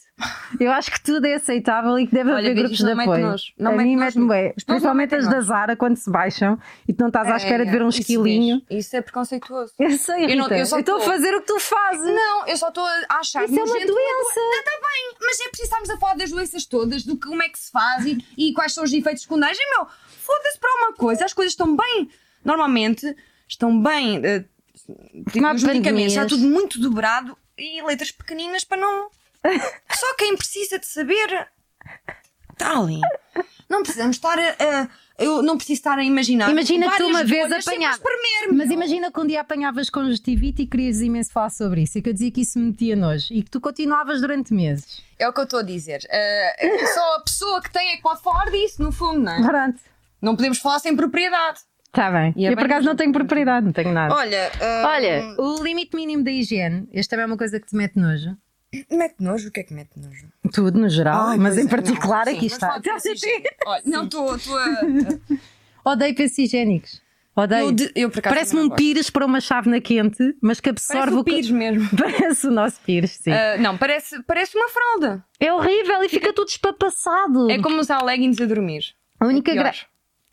eu acho que tudo é aceitável e que deve
Olha,
haver
vês,
grupos
isso
de
não mete
apoio.
nojo. Não
a
mete
mim
nojo
mete-me
nenhum.
bem.
Os meus não
Principalmente
metem
as da Zara quando se baixam e tu não estás à espera de ver um
isso
esquilinho.
mesmo. é, Isso é preconceituoso.
(laughs) Eu sei, Rita.
Eu
Eu,
não- eu só
estou a
tô-
fazer o que tu fazes.
Não, eu só estou a achar
Isso é uma
nojento
doença.
Está bem, mas é preciso estarmos a falar das doenças todas, do que, como é que se faz e, e quais são os efeitos secundários. E, meu, foda-se para uma coisa, as coisas estão bem. Normalmente estão bem. eh,
Não há
juridicamente, está
pandemias.
tudo muito dobrado e letras pequeninas para
(laughs)
não. Só quem precisa de saber. Está ali. Não precisamos estar a. a- eu não preciso estar a imaginar.
Imagina que tu
várias
uma vez
bolhas sem
apanhava-
as espremer,
Mas
meu.
imagina que um dia apanhavas conjuntivite e querias imenso falar sobre isso e que eu dizia que isso me metia nojo e que tu continuavas durante meses.
É o que eu estou a dizer. Eh, só a pessoa que tem é que pode falar disso, no fundo, não é?
Pronto.
Não podemos falar sem propriedade.
Está Tá bem.
E é
eu por
bem
acaso
nojo.
não tenho propriedade, não tenho nada.
Olha, ah,
Olha, hum, o limite mínimo da higiene, esta também é uma coisa que te mete nojo.
mete nojo, o que é que mete nojo?
Tudo no geral,
Ai,
Ah, mas
pois
em
é,
particular
não,
aqui
sim,
está.
vamos falar de coisas higiênicas. Olha, não estou a.
Odeio pensos higiénicos. Odeio.
Eu, de- eu por acaso.
Parece-me um
pires.
pires para uma chávena quente, mas que absorve
Parece um
o que-
pires mesmo.
(laughs) Parece o nosso pires, sim.
Ah, não, parece, parece uma fralda.
é horrível e fica tudo espapassado.
É como usar leggings a dormir.
a única
É pior.
gra...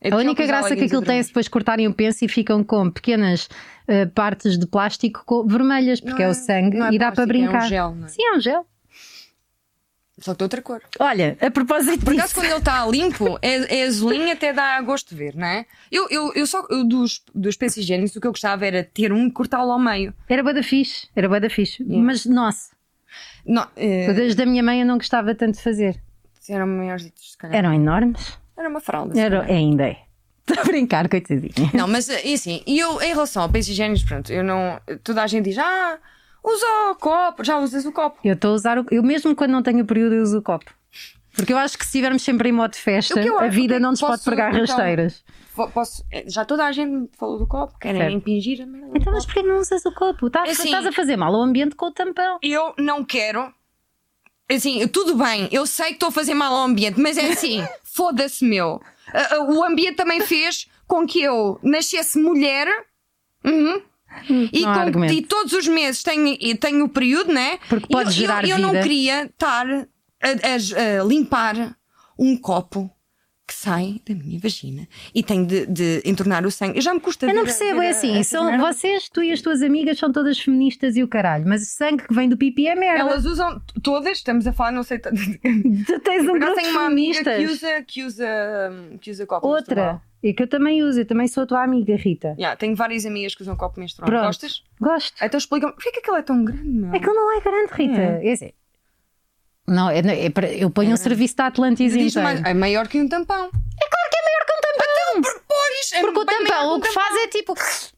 É
A
pior
única
usar
graça que
leggings a
aquilo tem é se
dormir.
depois cortarem o penso e ficam com pequenas eh, partes de plástico co- vermelhas, porque
Não
é,
é-
o sangue
não é
e dá para
plástico, é um
brincar.
gel, não é?
Sim, é um gel.
Só que de outra cor.
Olha, a propósito
Por acaso,
disso.
quando ele está limpo, é, é azulinho até dá gosto de ver, não é? Eu, eu, eu só. eu dos, dos pensos higiênicos, o que eu gostava era ter um e cortá-lo ao meio.
Era boa da fixe, era boa da fixe. Mas, nossa,
Não, eh,
desde da minha mãe eu não gostava tanto de fazer.
eram maiores, se calhar.
Eram enormes.
Era uma fralda. se
Era,
calhar.
ainda é. (laughs) Estou a brincar, coitadinha.
Não, mas eh, e assim, e eu em relação ao peixe higiênicos, pronto, eu não. Toda a gente diz, ah, usa o copo, já usas o copo.
Eu estou a usar o. Eu mesmo quando não tenho período, eu uso o copo. Porque eu acho que se estivermos sempre em modo festa,
O que eu
a
acho-
vida
ok,
não nos pode
posso,
pregar
então-
rasteiras.
Po- Posso, eh, já toda a gente falou do copo, querem
Certo.
impingir a merda. do
Então, mas
copo.
porquê que não usas o copo? Tá, Estás,
Assim-
estás a fazer mal ao ambiente com o tampão.
Eu não quero. Assim, tudo bem, eu sei que estou a fazer mal ao ambiente, mas é
(laughs)
assim, foda-se meu. Ah, ah, o ambiente também fez com que eu nascesse mulher. Uhum. E,
Hum, não há
com-
argumento.
e todos os meses tenho, e tenho o período, né?
Porque
E eu-
pode
eu,
gerar
eu, não
vida.
queria estar a, a- a limpar um copo que sai da minha vagina e tenho de, de entornar o sangue. Eu já me custa.
Eu não
ver a-
percebo,
ver
é
a-
assim.
essas
São,
merdas.
vocês, tu e as tuas amigas são todas feministas e o caralho, mas o sangue que vem do pipi é merda.
Elas usam todas, estamos a falar, não sei. tanto-
(laughs) Tu tens um
Por acaso
grupo de
tenho uma amiga
feministas.
que usa, que usa, hum, que usa copo
Outra,
menstrual.
e que eu também uso, eu também sou a tua amiga, Rita.
Yeah, tenho várias amigas que usam copo menstrual.
Pronto.
Gostas?
Gosto.
Então explica-me, porquê que aquilo é tão grande, meu?
Aquilo não é grande, Rita.
É.
É assim. Não, é- não, é para- eu ponho um serviço da Atlantis
Diz
inteiro.
mais, é maior que um tampão.
É
Pois, é
um Porque o
bem maior que
tampão
um
o que faz é tipo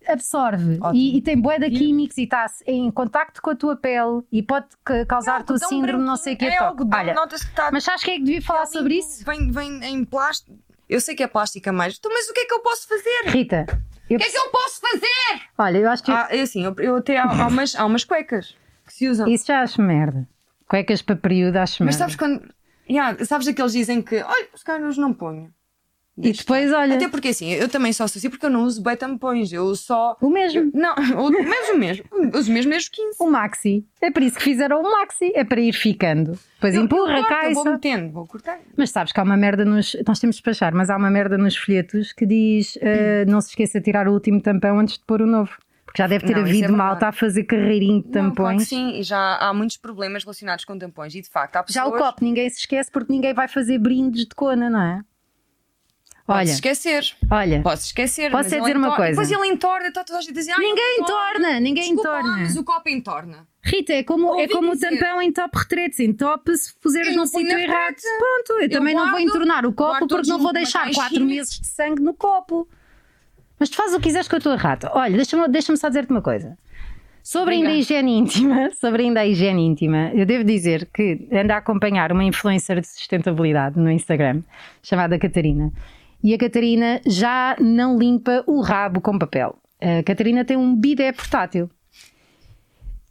absorve
Ótimo.
e, e tem boeda químicos e está em contacto com a tua pele e pode ca- causar-te o
Algodão
síndrome não
branquinho.
sei o que
É algodão, nota-se que está
mas achas que é que devia falar sobre isso?
Vem, vem em plástico. Eu sei que é plástica mais. Então, mas o que é que eu posso fazer?
Rita, eu
O que é que eu posso fazer?
Olha, eu acho que
Ah, é assim, eu, eu até há, há umas, há umas cuecas que se usam.
isso já acho merda. Cuecas para período acho
Mas
merda.
sabes quando. Yeah, sabes aqueles dizem que. Olha, os caras não ponho.
E depois, olha,
Até porque assim, eu também só associo porque eu não uso bem tampões. Eu uso só.
o mesmo.
Não, eu- mas o mesmo. Uso mesmo mesmo 15.
O maxi. É por isso que fizeram o maxi. É para ir ficando. Depois
Eu- eu
empurra,
corto,
cai.
eu Vou
só-
metendo, vou cortar.
Mas sabes que há uma merda nos. Nós temos de despachar, mas há uma merda nos folhetos que diz eh,
Hum.
não se esqueça de tirar o último tampão antes de pôr o novo. Porque já deve ter
Não, isso é
havido
verdade.
malta a fazer carreirinho de
Não, claro que
tampões.
sim, e já há muitos problemas relacionados com tampões. E de facto, há
já
pessoas.
o copo, ninguém se esquece porque ninguém vai fazer brindes de cona, não é?
Pode-se
Olha,
esquecer.
olha.
Posso esquecer.
Posso
mas
é
ele
dizer uma
entor-
coisa.
Depois ele entorna, está toda a gente a dizer. "Ai,
Ninguém
ele entorna."
entorna, ninguém
Desculpa,
entorna.
mas o copo entorna.
Rita, é como, é
Ouvi
como o
dizer.
tampão em top retretes, em top se puseres
Eu
no
não fui
sítio
na
errado.
frente.
Pronto, eu,
Eu
também não vou
guardo-
entornar o copo
guardo
porque
todos
não vou
numa
deixar
caixinha.
4 meses de sangue no copo. Mas tu fazes o que quiseres com a tua rata. Olha, deixa-me deixa só dizer-te uma coisa. Sobre ainda a higiene íntima, (laughs) sobre ainda a higiene íntima, eu devo dizer que ando a acompanhar uma influencer de sustentabilidade no Instagram, chamada Catarina. E a Catarina já não limpa o rabo com papel. A Catarina tem um bidé portátil.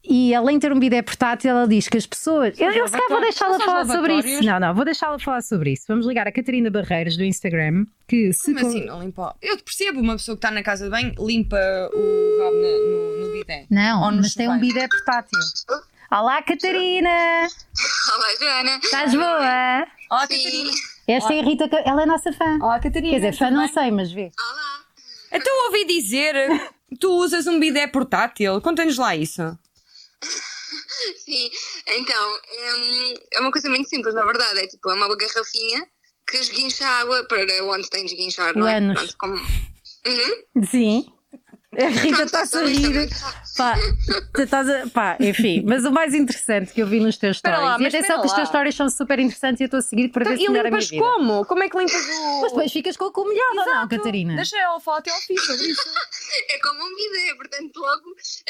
E além de ter um bidé portátil, ela diz que as pessoas. Eu, eu se calhar vou
lavatórios?
deixá-la
São só
falar sobre isso.
lavatórios?
Não, não, vou deixá-la falar sobre isso. Vamos ligar a Catarina Barreiros do Instagram, que se.
Como
con-
assim não limpa? Eu percebo uma pessoa que está na casa de banho, limpa o rabo na- no, no bidé.
Não,
Ou nos
mas tem um
chuveiros.
bidé portátil. Olá, Catarina!
Olá, Joana.
Estás boa?
Olá, Catarina.
Esta é a Rita, Ca- ela é nossa fã.
Olá, Catarina.
Quer dizer, fã não
tudo
sei, mas vê.
Olá.
bem? Então ouvi
(laughs)
dizer, tu usas um bidé portátil. Conta-nos lá isso.
Sim, então, hum, é uma coisa muito simples, na verdade. É tipo, é uma garrafinha que esguincha água para onde tem de esguinchar, não é?
O ânus.
Pronto, como... (laughs)
Sim. A Rita
(laughs) Tá
está a sorrir. Pá, tu estás a- pá, enfim, mas o mais interessante que eu vi nos teus
Espera
stories.
lá,
e
mas
atenção
espera
que os teus
lá.
stories são super interessantes e eu estou a seguir para
Então,
ver se
e
melhora a minha
limpas
vida.
como? Como é que limpas o.
Mas depois ficas com o cu melhor ou não, Catarina?
Deixa ela falar até ao fim sobre
(laughs)
isso.
É como um bidé, portanto, logo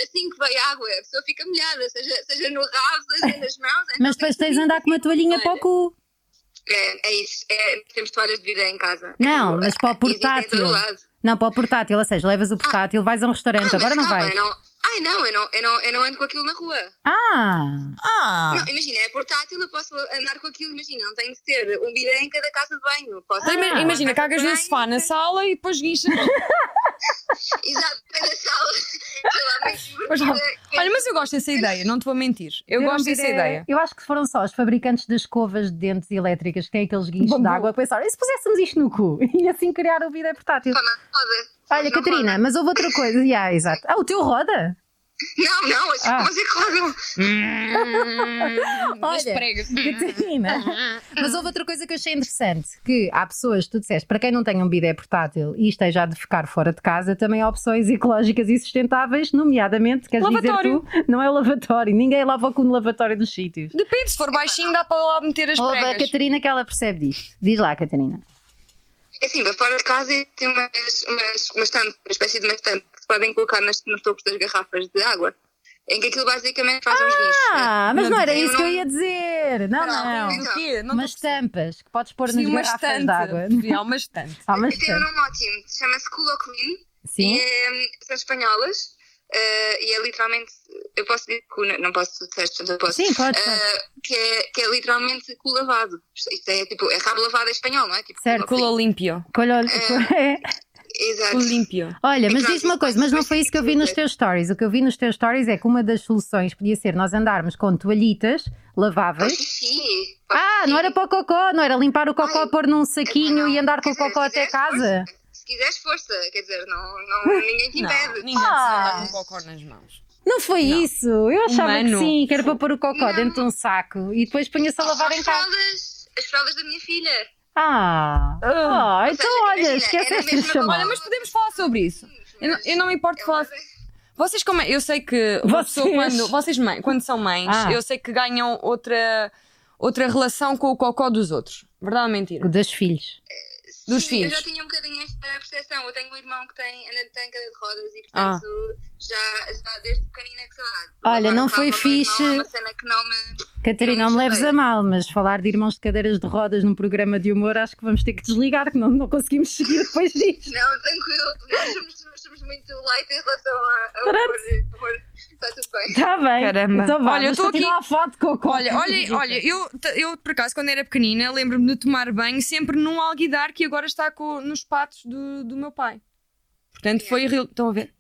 assim que vai água, a pessoa fica molhada, seja, seja no rabo, seja nas mãos. Então,
Mas depois tens de andar com uma toalhinha para o cu. (laughs)
é, é isso, é, temos toalhas de bidé em casa.
Não, mas para o
Existe em todo
portátil.
lado.
Não, para o portátil, ou seja, levas o portátil, vais a um restaurante,
Ah,
agora
mas
não
calma,
vais.
eu não- Ai, não eu, não, eu não, eu não ando com aquilo na rua.
Ah!
Ah!
Não, imagina, é portátil, eu posso andar com aquilo, imagina, não tenho de ter um bidé em cada casa de banho. Posso
Então, ima-
Ah.
imagina, cagas no
Bem,
sofá né? na sala e depois
(laughs)
guinchas.
(laughs) Exato, cada sala. (laughs) Sei lá, mas
Pois não.
que-
Olha, mas eu gosto dessa ideia, não te vou mentir. Eu,
Eu não
gosto
me
dessa
direi-
ideia.
Eu acho que foram só os fabricantes das escovas de dentes elétricas que têm aqueles guinchos
Bambu.
de água que pensaram, e se puséssemos isto no cu? (laughs) E assim criar o bidé portátil.
Toma, roda.
Olha,
Não
Catarina, mas houve outra coisa. Yeah, exato. Ah, o teu roda?
roda. Não, não, as
Ah.
ah. é que rodam.
(laughs)
Mas
Hum, Olha.
prega. (laughs)
Catarina. é? Mas houve outra coisa que eu achei interessante: que há pessoas, tu disseste, para quem não tem um bidé portátil e esteja a defecar fora de casa, também há opções ecológicas e sustentáveis, nomeadamente, queres
Lavatório.
dizer tu, não é o lavatório, ninguém lava o cu no lavatório dos sítios.
Depende, se for baixinho dá para lá meter as
Houve a
pregas.
Catarina que ela percebe disto. Diz lá, Catarina.
É Assim, para fora de casa tem umas, umas, umas tampas, uma espécie de umas tampas que se podem colocar nas, nos topos das garrafas de água, em que aquilo basicamente faz uns guinchos. né?
Ah, mas não era
eu
isso que eu
não-
ia dizer. Não, não.
não.
O quê? Não
Umas tampas que podes pôr
Sim,
nas
uma
garrafas
estante.
de água.
Sim, Há uma (laughs) estante.
(laughs) Há umas
Tem um
tampas.
nome ótimo, chama-se Culoclin.
um
Sim.
E, eh, são espanholas. eh, e é literalmente, eu posso dizer que não, não posso dizer, portanto eu posso.
Sim, pode,
Eh, que, é, que é literalmente cu lavado. Isto isto é tipo, é rabo lavado em espanhol, não é? Tipo,
Certo,
cu
Culo limpio.
Colho,
eh,
(laughs) é.
Exato.
Culo limpio.
Olha, mas
Exato,
diz-me uma coisa, mas não foi isso que eu vi nos teus stories. O que eu vi nos teus stories é que uma das soluções podia ser nós andarmos com toalhitas laváveis.
Xixi.
Ah, não era para o cocó, não era limpar o cocó,
Ai.
pôr num saquinho e andar com
Quer
o
dizer,
cocó
se
até
quiseres,
casa.
força. Se quiseres força, quer dizer, não, não, ninguém te
Não,
impede. Ah,
ninguém precisa levar um cocó nas mãos.
Não foi isso. Eu achava que
Humano.
sim, que era para pôr o cocó
Não.
dentro de um saco e depois punha-se a lavar em
as
casa.
fraldas, as fraldas da minha filha.
Ah,
Ah.
ah,
seja,
então olha,
imagina, era
esqueceste de
mesmo como-
chamar.
Olha, mas podemos falar sobre isso. Eu não, eu não me
É
importo de falar. Vocês como é? Eu sei que uma pessoa
Vocês.
quando vocês mãe, quando são mães,
Ah.
eu sei que ganham outra outra relação com o cocó dos outros. Verdade ou mentira?
O dos filhos.
Dos
Sim,
filhos.
Eu já tinha um bocadinho esta percepção. Eu tenho um irmão que tem, anda tem cadeira de rodas e,
Ah.
portanto, já, já desde pequenina que sei lá.
Olha,
lavar
não
o carro
foi
ao meu irmão
fixe.
É uma cena que não me. (laughs)
Catarina, não me leves a mal, mas falar de irmãos de cadeiras de rodas num programa de humor, acho que vamos ter que desligar, que não, não conseguimos seguir depois disto.
Não, tranquilo. Nós somos, nós somos muito light em relação a. a humor, humor. Está tudo bem.
Está bem.
Caramba.
Então vá,
Olha, eu
mas
tô aqui-
continua a foto de cocô.
Olha, olha, olha, eu, t- eu por acaso quando era pequenina lembro-me de tomar banho sempre num alguidar que agora está co- nos patos do, do meu pai. Portanto, foi real. Estão a ver?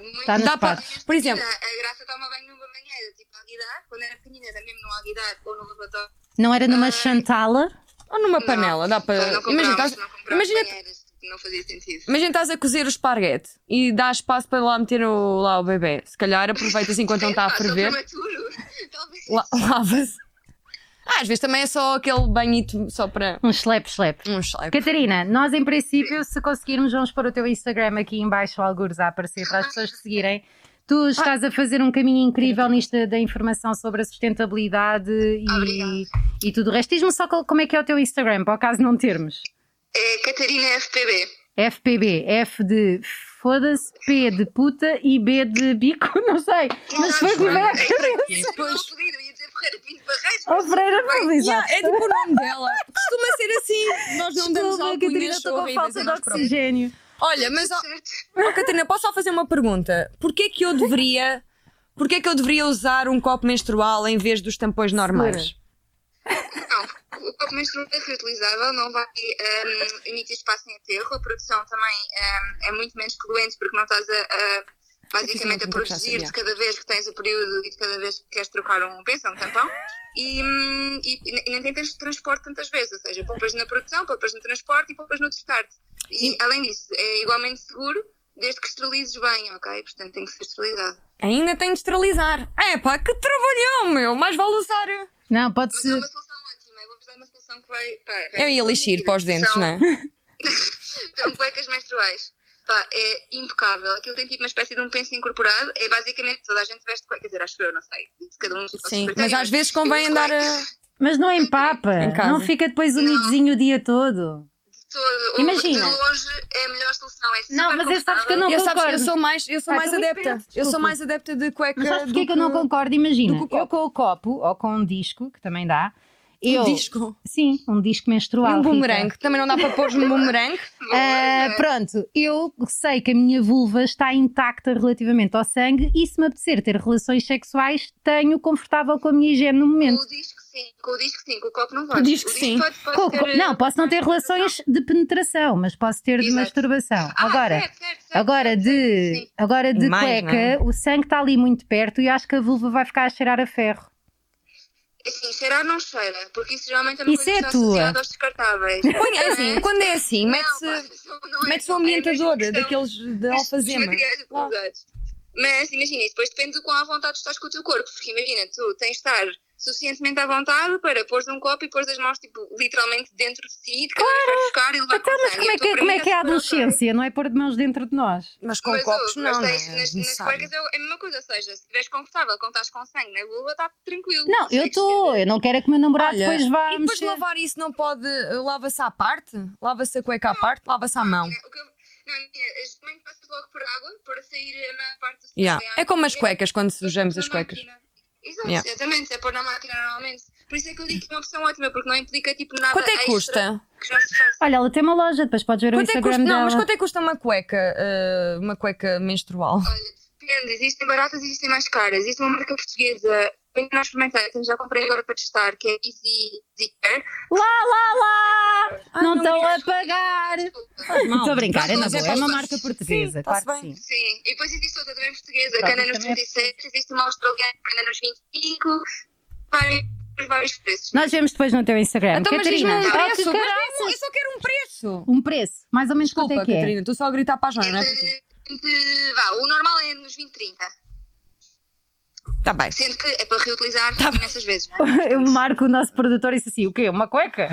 Muito
Tá nos
Dá pra-
patos.
por exemplo,
A, a Graça toma banho numa banheira, tipo alguidar. Quando era pequenina, era mesmo no alguidar ou no lavatório.
Não era numa chantala?
ou numa
Não,
panela, dá para.
Não
Imagina,
comprávamos,
estás-
não comprávamos
imagina,
banheiras, tipo, não fazia sentido.
imagina estás a cozer o esparguete e dá espaço para lá meter o, lá o bebê. Se calhar aproveitas enquanto não
(laughs)
está a
Pá, sou
ferver.
prematuro. (laughs) Talvez.
La- (laughs) lava-se. Ah, às vezes também é só aquele banhito só para
Um slap, slap.
um chaleco.
Catarina, nós em princípio, se conseguirmos, vamos pôr o teu Instagram aqui em baixo, algures a aparecer para as pessoas te seguirem.
Ah.
Tu estás a fazer um caminho incrível nisto da informação sobre a sustentabilidade e,
Obrigada.
e tudo o resto. Diz-me só qual- como é que é o teu Instagram, para o caso não termos.
É Catarina FPB.
FPB, F de foda-se, P de puta e B de bico, (laughs) não sei. Mas foi como é que
Depois... Não, pedido, eu ia dizer Ferreira Pinto Barreiros.
a Freira feliz.
Yeah, é tipo o nome dela. Costuma ser assim. Nós não damos
Desculpa, Catarina,
alcunhas
estou com
horríveis
falta
a
de
nós próprios.
oxigênio.
Olha, mas ó,
Certo.
ó, Catarina, posso só fazer uma pergunta? Porquê que eu deveria Porquê é que eu deveria usar um copo menstrual em vez dos tampões normais?
Não, o copo menstrual é reutilizável, não vai um, emitir espaço em aterro. A produção também um, é muito menos poluente porque não estás a, a
é
basicamente a produzir de cada vez que tens o período e de cada vez que queres trocar um pensa, um tampão. E, hum, e, e nem tentas transporte tantas vezes, ou seja, poupas na produção, poupas no transporte e poupas no descarte. E além disso, é igualmente seguro desde que esterilizes bem, ok? Portanto, tem que ser esterilizado.
Ainda tenho de esterilizar. É pá, que trabalhão, meu! Mais vale usar.
Não, pode
Mas é
ser.
uma solução ótima, eu vou-vos dar uma solução que vai. Pá,
Eu ia lixir É um para os dentes,
São-
não é?
(laughs) São cuecas menstruais. Pá, é impecável. Aquilo tem tipo uma espécie de um penso incorporado. É basicamente toda a gente veste cuecas. Quer dizer, acho que eu não sei. Se Cada um
Sim, mas às vezes convém andar a.
Mas não empapa,
Em casa.
não fica depois umidzinho o dia todo.
Todo,
Imagina.
Imagina. De longe é a melhor solução. É super
Não, mas eu sabes que eu não
Eu, sabes,
concordo.
eu sou mais, eu sou
Ah,
mais
tu me
adepta.
pedes,
eu sou
desculpa.
mais adepta de cueca.
Mas sabes
do
porquê é que eu não concordo? Imagina,
do que o
eu com o copo ou com um disco, que também dá. Eu,
Um disco.
Sim, um
E
disco menstrual.
um
Rita.
boomerang. Também não dá para pôr um boomerang.
Ah, pronto, eu sei que a minha vulva está intacta relativamente ao sangue e se me apetecer ter relações sexuais, tenho confortável com a minha higiene no
Com
momento.
o disco sim, com o disco sim, com o copo não pode.
disco, sim.
pode- pode
Com-
ter,
com-
eh,
não, posso não ter relações de penetração, mas posso ter de
Exato.
masturbação.
Ah,
é?
agora,
certo, certo, certo,
Tá
agora
certo, certo,
de,
sim.
agora de
Mais,
cueca, o sangue está ali muito perto e acho que a vulva vai ficar a cheirar a ferro.
Assim, cheirar não cheira, porque isso geralmente é uma
Isso
coisa
é
que está
tua.
associada aos descartáveis.
Põe é assim, quando é assim, mete-se mete
Mete-se
o ambientador daqueles de alfazema. Lá.
Mas imagina, isso depois depende do quão à vontade estás com o teu corpo, porque imagina, tu tens de estar suficientemente à vontade para pôres um copo e pôres as mãos tipo, literalmente dentro de ti, de cada vez vais buscar e levar
Então,
com
mas
sangue.
como é
Então,
que,
para
como
mim,
é, que é a
super ok.
adolescência? Não é pôr de mãos dentro de nós?
Mas com
Mas, oh,
copos
mas
não, não é
tens- nas, nas
necessário.
cuecas é a mesma coisa, ou seja, se estiveres confortável quando estás com sangue na vulva, está tranquilo.
Não, eu estou, eu não quero é que o meu namorado
Olha,
depois vá
e depois
mexer.
lavar isso não pode. eh, Lava-se à parte? Lava-se a cueca à parte? Lava-se à mão.
Não, o que eu- não, imagina, as mães passas logo por água para sair a maior parte do
Yeah.
sangue.
É como as
E-
cuecas, quando sujamos
Na
as cuecas.
máquina. Exato,
Yeah.
exatamente, é pôr na máquina normalmente. Por isso é que eu digo que é uma opção ótima, porque não implica tipo nada
Quanto é que
extra
custa?
que já se faz.
Olha, ela tem uma loja, depois podes ver o
Quanto é que
Instagram
custa? Não,
dela.
mas quanto é que custa uma cueca? eh, uma cueca menstrual?
É
Olha, depende, existem baratas e existem mais caras. Existe uma marca portuguesa, eu ainda não experimentei, então já comprei agora para testar, que é Easy Zicker.
Lá, lá, lá!
Ai,
não
não
estão
me
a pagar! Estou a brincar, é na
Mas é
boa, é
para
uma
os-
marca portuguesa,
Sim,
claro que
está-se
sim.
bem.
Sim, e depois existe outra também portuguesa,
Tá,
Pronto,
que anda nos
também é
36, existe uma australiana que anda nos 25, vários, vários preços.
Nós vemos depois no teu Instagram.
Então, mas diz-me
Catarina,
um
oh,
preço.
que
mas
caraças!
diz-me- Eu só quero um preço.
Um preço, mais ou menos quanto
Desculpa,
é que é?
Catarina, estou só a gritar para a Joana. não é para ti.
Entre, entre, vá, o normal é nos 20, 30.
Tá bem.
Sendo que é para reutilizar
Tá
imensas vezes, não é?
(laughs) Eu marco o nosso produtor e disse assim: o quê? Uma cueca?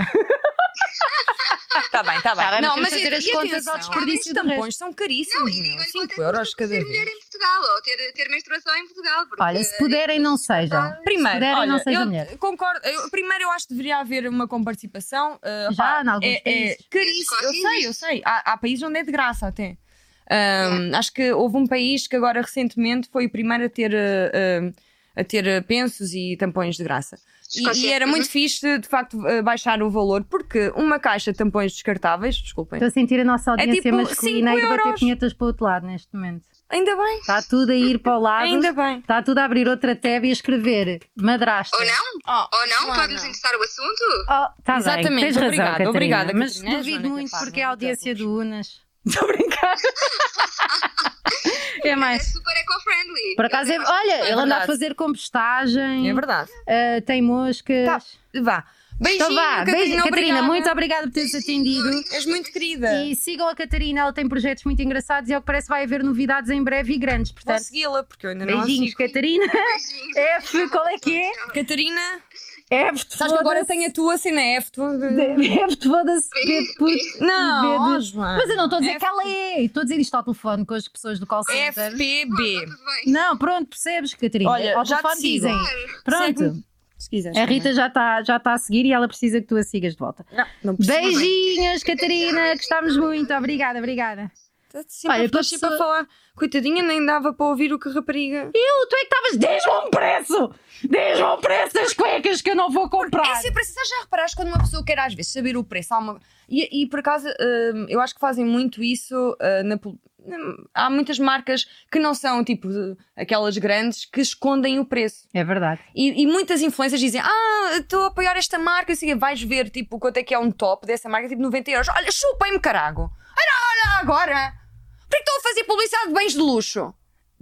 Tá bem, tá bem.
Tá bem, mas
não,
temos
mas
de
e-
fazer as
e
contas
atenção,
ao desperdício
Os
do
tampões são caríssimos, meu. 5 euros cada
ser mulher
vez.
em Portugal, ou ter, ter menstruação em Portugal. Porque,
Olha, se puderem, não sejam.
Primeiro,
se puderem,
olha,
não sejam
eu
mulher.
concordo. eu- primeiro, eu acho que deveria haver uma comparticipação. uh,
Já,
pá,
em alguns
é,
países.
É caríssimo. Eu
Escócia
sei, eu sei. Há, há países onde é de graça até. Um, Acho que houve um país que agora recentemente foi o primeiro a ter, uh, uh, a ter uh, pensos e tampões de graça. E,
Escócia.
e era muito fixe, de- de facto, uh, baixar o valor, porque uma caixa de tampões descartáveis, desculpem,
Estou a sentir a nossa audiência
tipo
masculina e
cinco
bater
euros.
punhetas para o outro lado neste momento.
ainda bem,
Está tudo a ir para o lado.
ainda bem.
Está tudo a abrir outra tab e a escrever madrasta.
Ou não?
Oh,
Ou não?
Joana.
Pode-nos interessar o assunto?
Oh, tá bem,
Exatamente,
tens razão,
obrigada,
Catarina,
obrigada,
mas
Catarina,
duvido
Joana,
muito
capaz,
porque é
não
a
te
audiência
preocupes.
do Unas. Estou a brincar. é
É
mais.
super eco-friendly.
Por acaso, é-
Eu acho
olha,
é
ele anda a
verdade.
fazer compostagem,
É verdade.
ah, tem moscas.
Tá. Vá. Beijinho,
Então vá,
Catarina,
beijo, Catarina,
obrigada.
muito obrigada por teres atendido.
És muito querida.
E sigam a Catarina, ela tem projetos muito engraçados e ao que parece vai haver novidades em breve e grandes.
Vou
Portanto,
segui-la, porque eu ainda não a
beijinhos,
sigo.
Catarina.
beijinhos.
F, qual (laughs) é que é?
Catarina,
F,
sabes que agora tem a tua cena é F. Tu...
F, é, foda-se, dedo puto.
Não,
Dedo-
ó, Joana.
Mas eu não estou a dizer que ela é. Estou a dizer isto ao telefone com as pessoas do call center.
FPB.
Tudo bem.
Não, pronto, percebes, Catarina?
Olha,
ao
já te
telefone
sigo.
dizem. Pronto,
Segue-me. Se quiseres. é?
a Rita já está já tá a seguir e ela precisa que tu a sigas de volta.
Não, não precisa.
Beijinhos, Catarina, gostámos muito. Obrigada, obrigada.
Tá sempre
Olha,
a- estás
passou-
sempre a falar. Coitadinha, nem dava para ouvir o que a rapariga.
Eu, tu é que estavas, diz-me um preço! Diz-me um preço das cuecas que eu não vou
É
comprar!
sempre assim, já reparaste quando uma pessoa quer às vezes saber o preço? há uma- E, e, por acaso, hum, eu acho que fazem muito isso ah, na, pol- há muitas marcas que não são tipo aquelas grandes que escondem o preço.
É verdade.
E, e muitas influências dizem: Ah, estou a apoiar esta marca, assim, vais ver tipo quanto é que é um top dessa marca, tipo 90 euros. Olha, chupem-me carago! Olha, olha, agora! Por que estou a fazer publicidade de bens de luxo?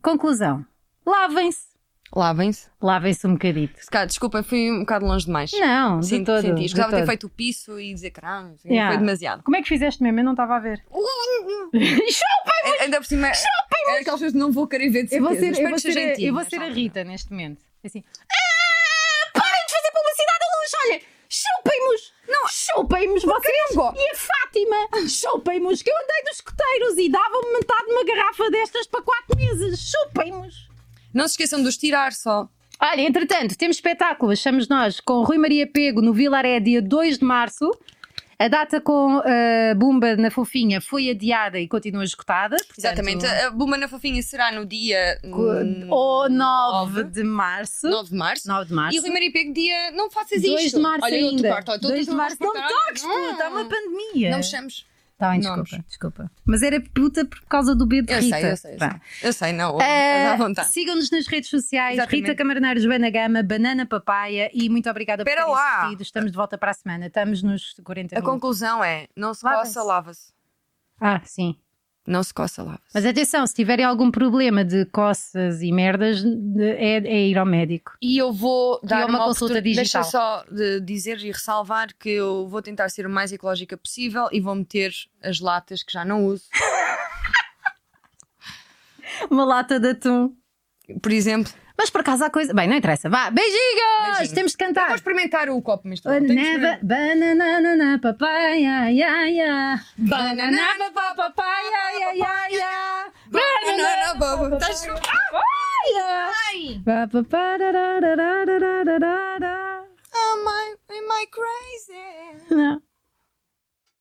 Conclusão: lavem-se.
Lavem-se.
Lavem-se um bocadito.
Se calhar, desculpa, fui um bocado longe demais.
Não, de
Sinto-
todo,
Senti,
de
escusava ter
todo.
feito o piso e dizer caramba, assim,
Yeah.
foi
(laughs)
demasiado.
Como é que fizeste mesmo? Eu não estava a (laughs) ver.
A- Ainda por cima, é aquelas pessoas que não vou querer ver de
Eu vou
certeza.
ser, eu
Espero
vou
que
ser,
seja
a-
gentil,
eu vou
mas
ser a
não. é?
Rita neste momento. Assim. "Ah, Parem de fazer publicidade a luz! Olha! Chupem-nos! Não! Chupem-nos vocês! E a Fátima! Chupem-nos! Que eu andei dos escoteiros e davam-me metade de uma garrafa destas para quatro meses! Chupem-nos!
Não se esqueçam de os tirar só.
Olha, entretanto, temos espetáculo, achamos nós, com Rui Maria Pego no Vilaré, dia 2 de março. A data com a Bumba na Fofinha foi adiada e continua esgotada. portanto,
Exatamente. A Buma na Fofinha será no dia hum,
co- Ou 9 de março.
9 de março.
9 de março.
E o Rui Maria Pego dia. Não faças isto.
2 de março
Olha, eu te
ainda.
corto. Olha, estou a
2 de
tentar
março. Não me
cortar.
toques,
Hum.
puta, há uma pandemia.
Não me chames.
Tá bem,
nomes.
desculpa, desculpa. Mas era puta por causa do B de
Eu
Rita.
sei, eu sei. Eu
Vá.
sei, eu sei não.
Ah,
à vontade.
Sigam-nos nas redes sociais,
Exatamente.
Rita Camarneiro, Joana Gama, Banana Papaya e muito obrigada
Espera
por terem
lá.
assistido. Estamos de volta para a semana. Estamos nos 40
A
minutos.
conclusão é: não se
Lavem-se.
coça, lava-se.
Ah, sim.
Não se coça, lava-se.
Mas atenção, se tiverem algum problema de coças e merdas, de- é, é ir ao médico.
E eu vou dar
é uma consulta
oportun-
digital.
Deixa só de dizer e ressalvar que eu vou tentar ser o mais ecológica possível e vou meter as latas que já não uso.
Uma lata de atum.
Por exemplo,
Mas por acaso há coisa. Bem, não interessa. Vá, beijinhos!
Beijinho.
Temos de
eu vou
cantar.
experimentar o copo, mas
Banana, banana, banana, papaya, ya, ya.
Banana, papá, papá, ia, ia, ia, ia. Banana, bobo. Estás
Pa, pa, pa, da, da, da, da, da, da, da, da.
Oh, my, am I crazy?
Não.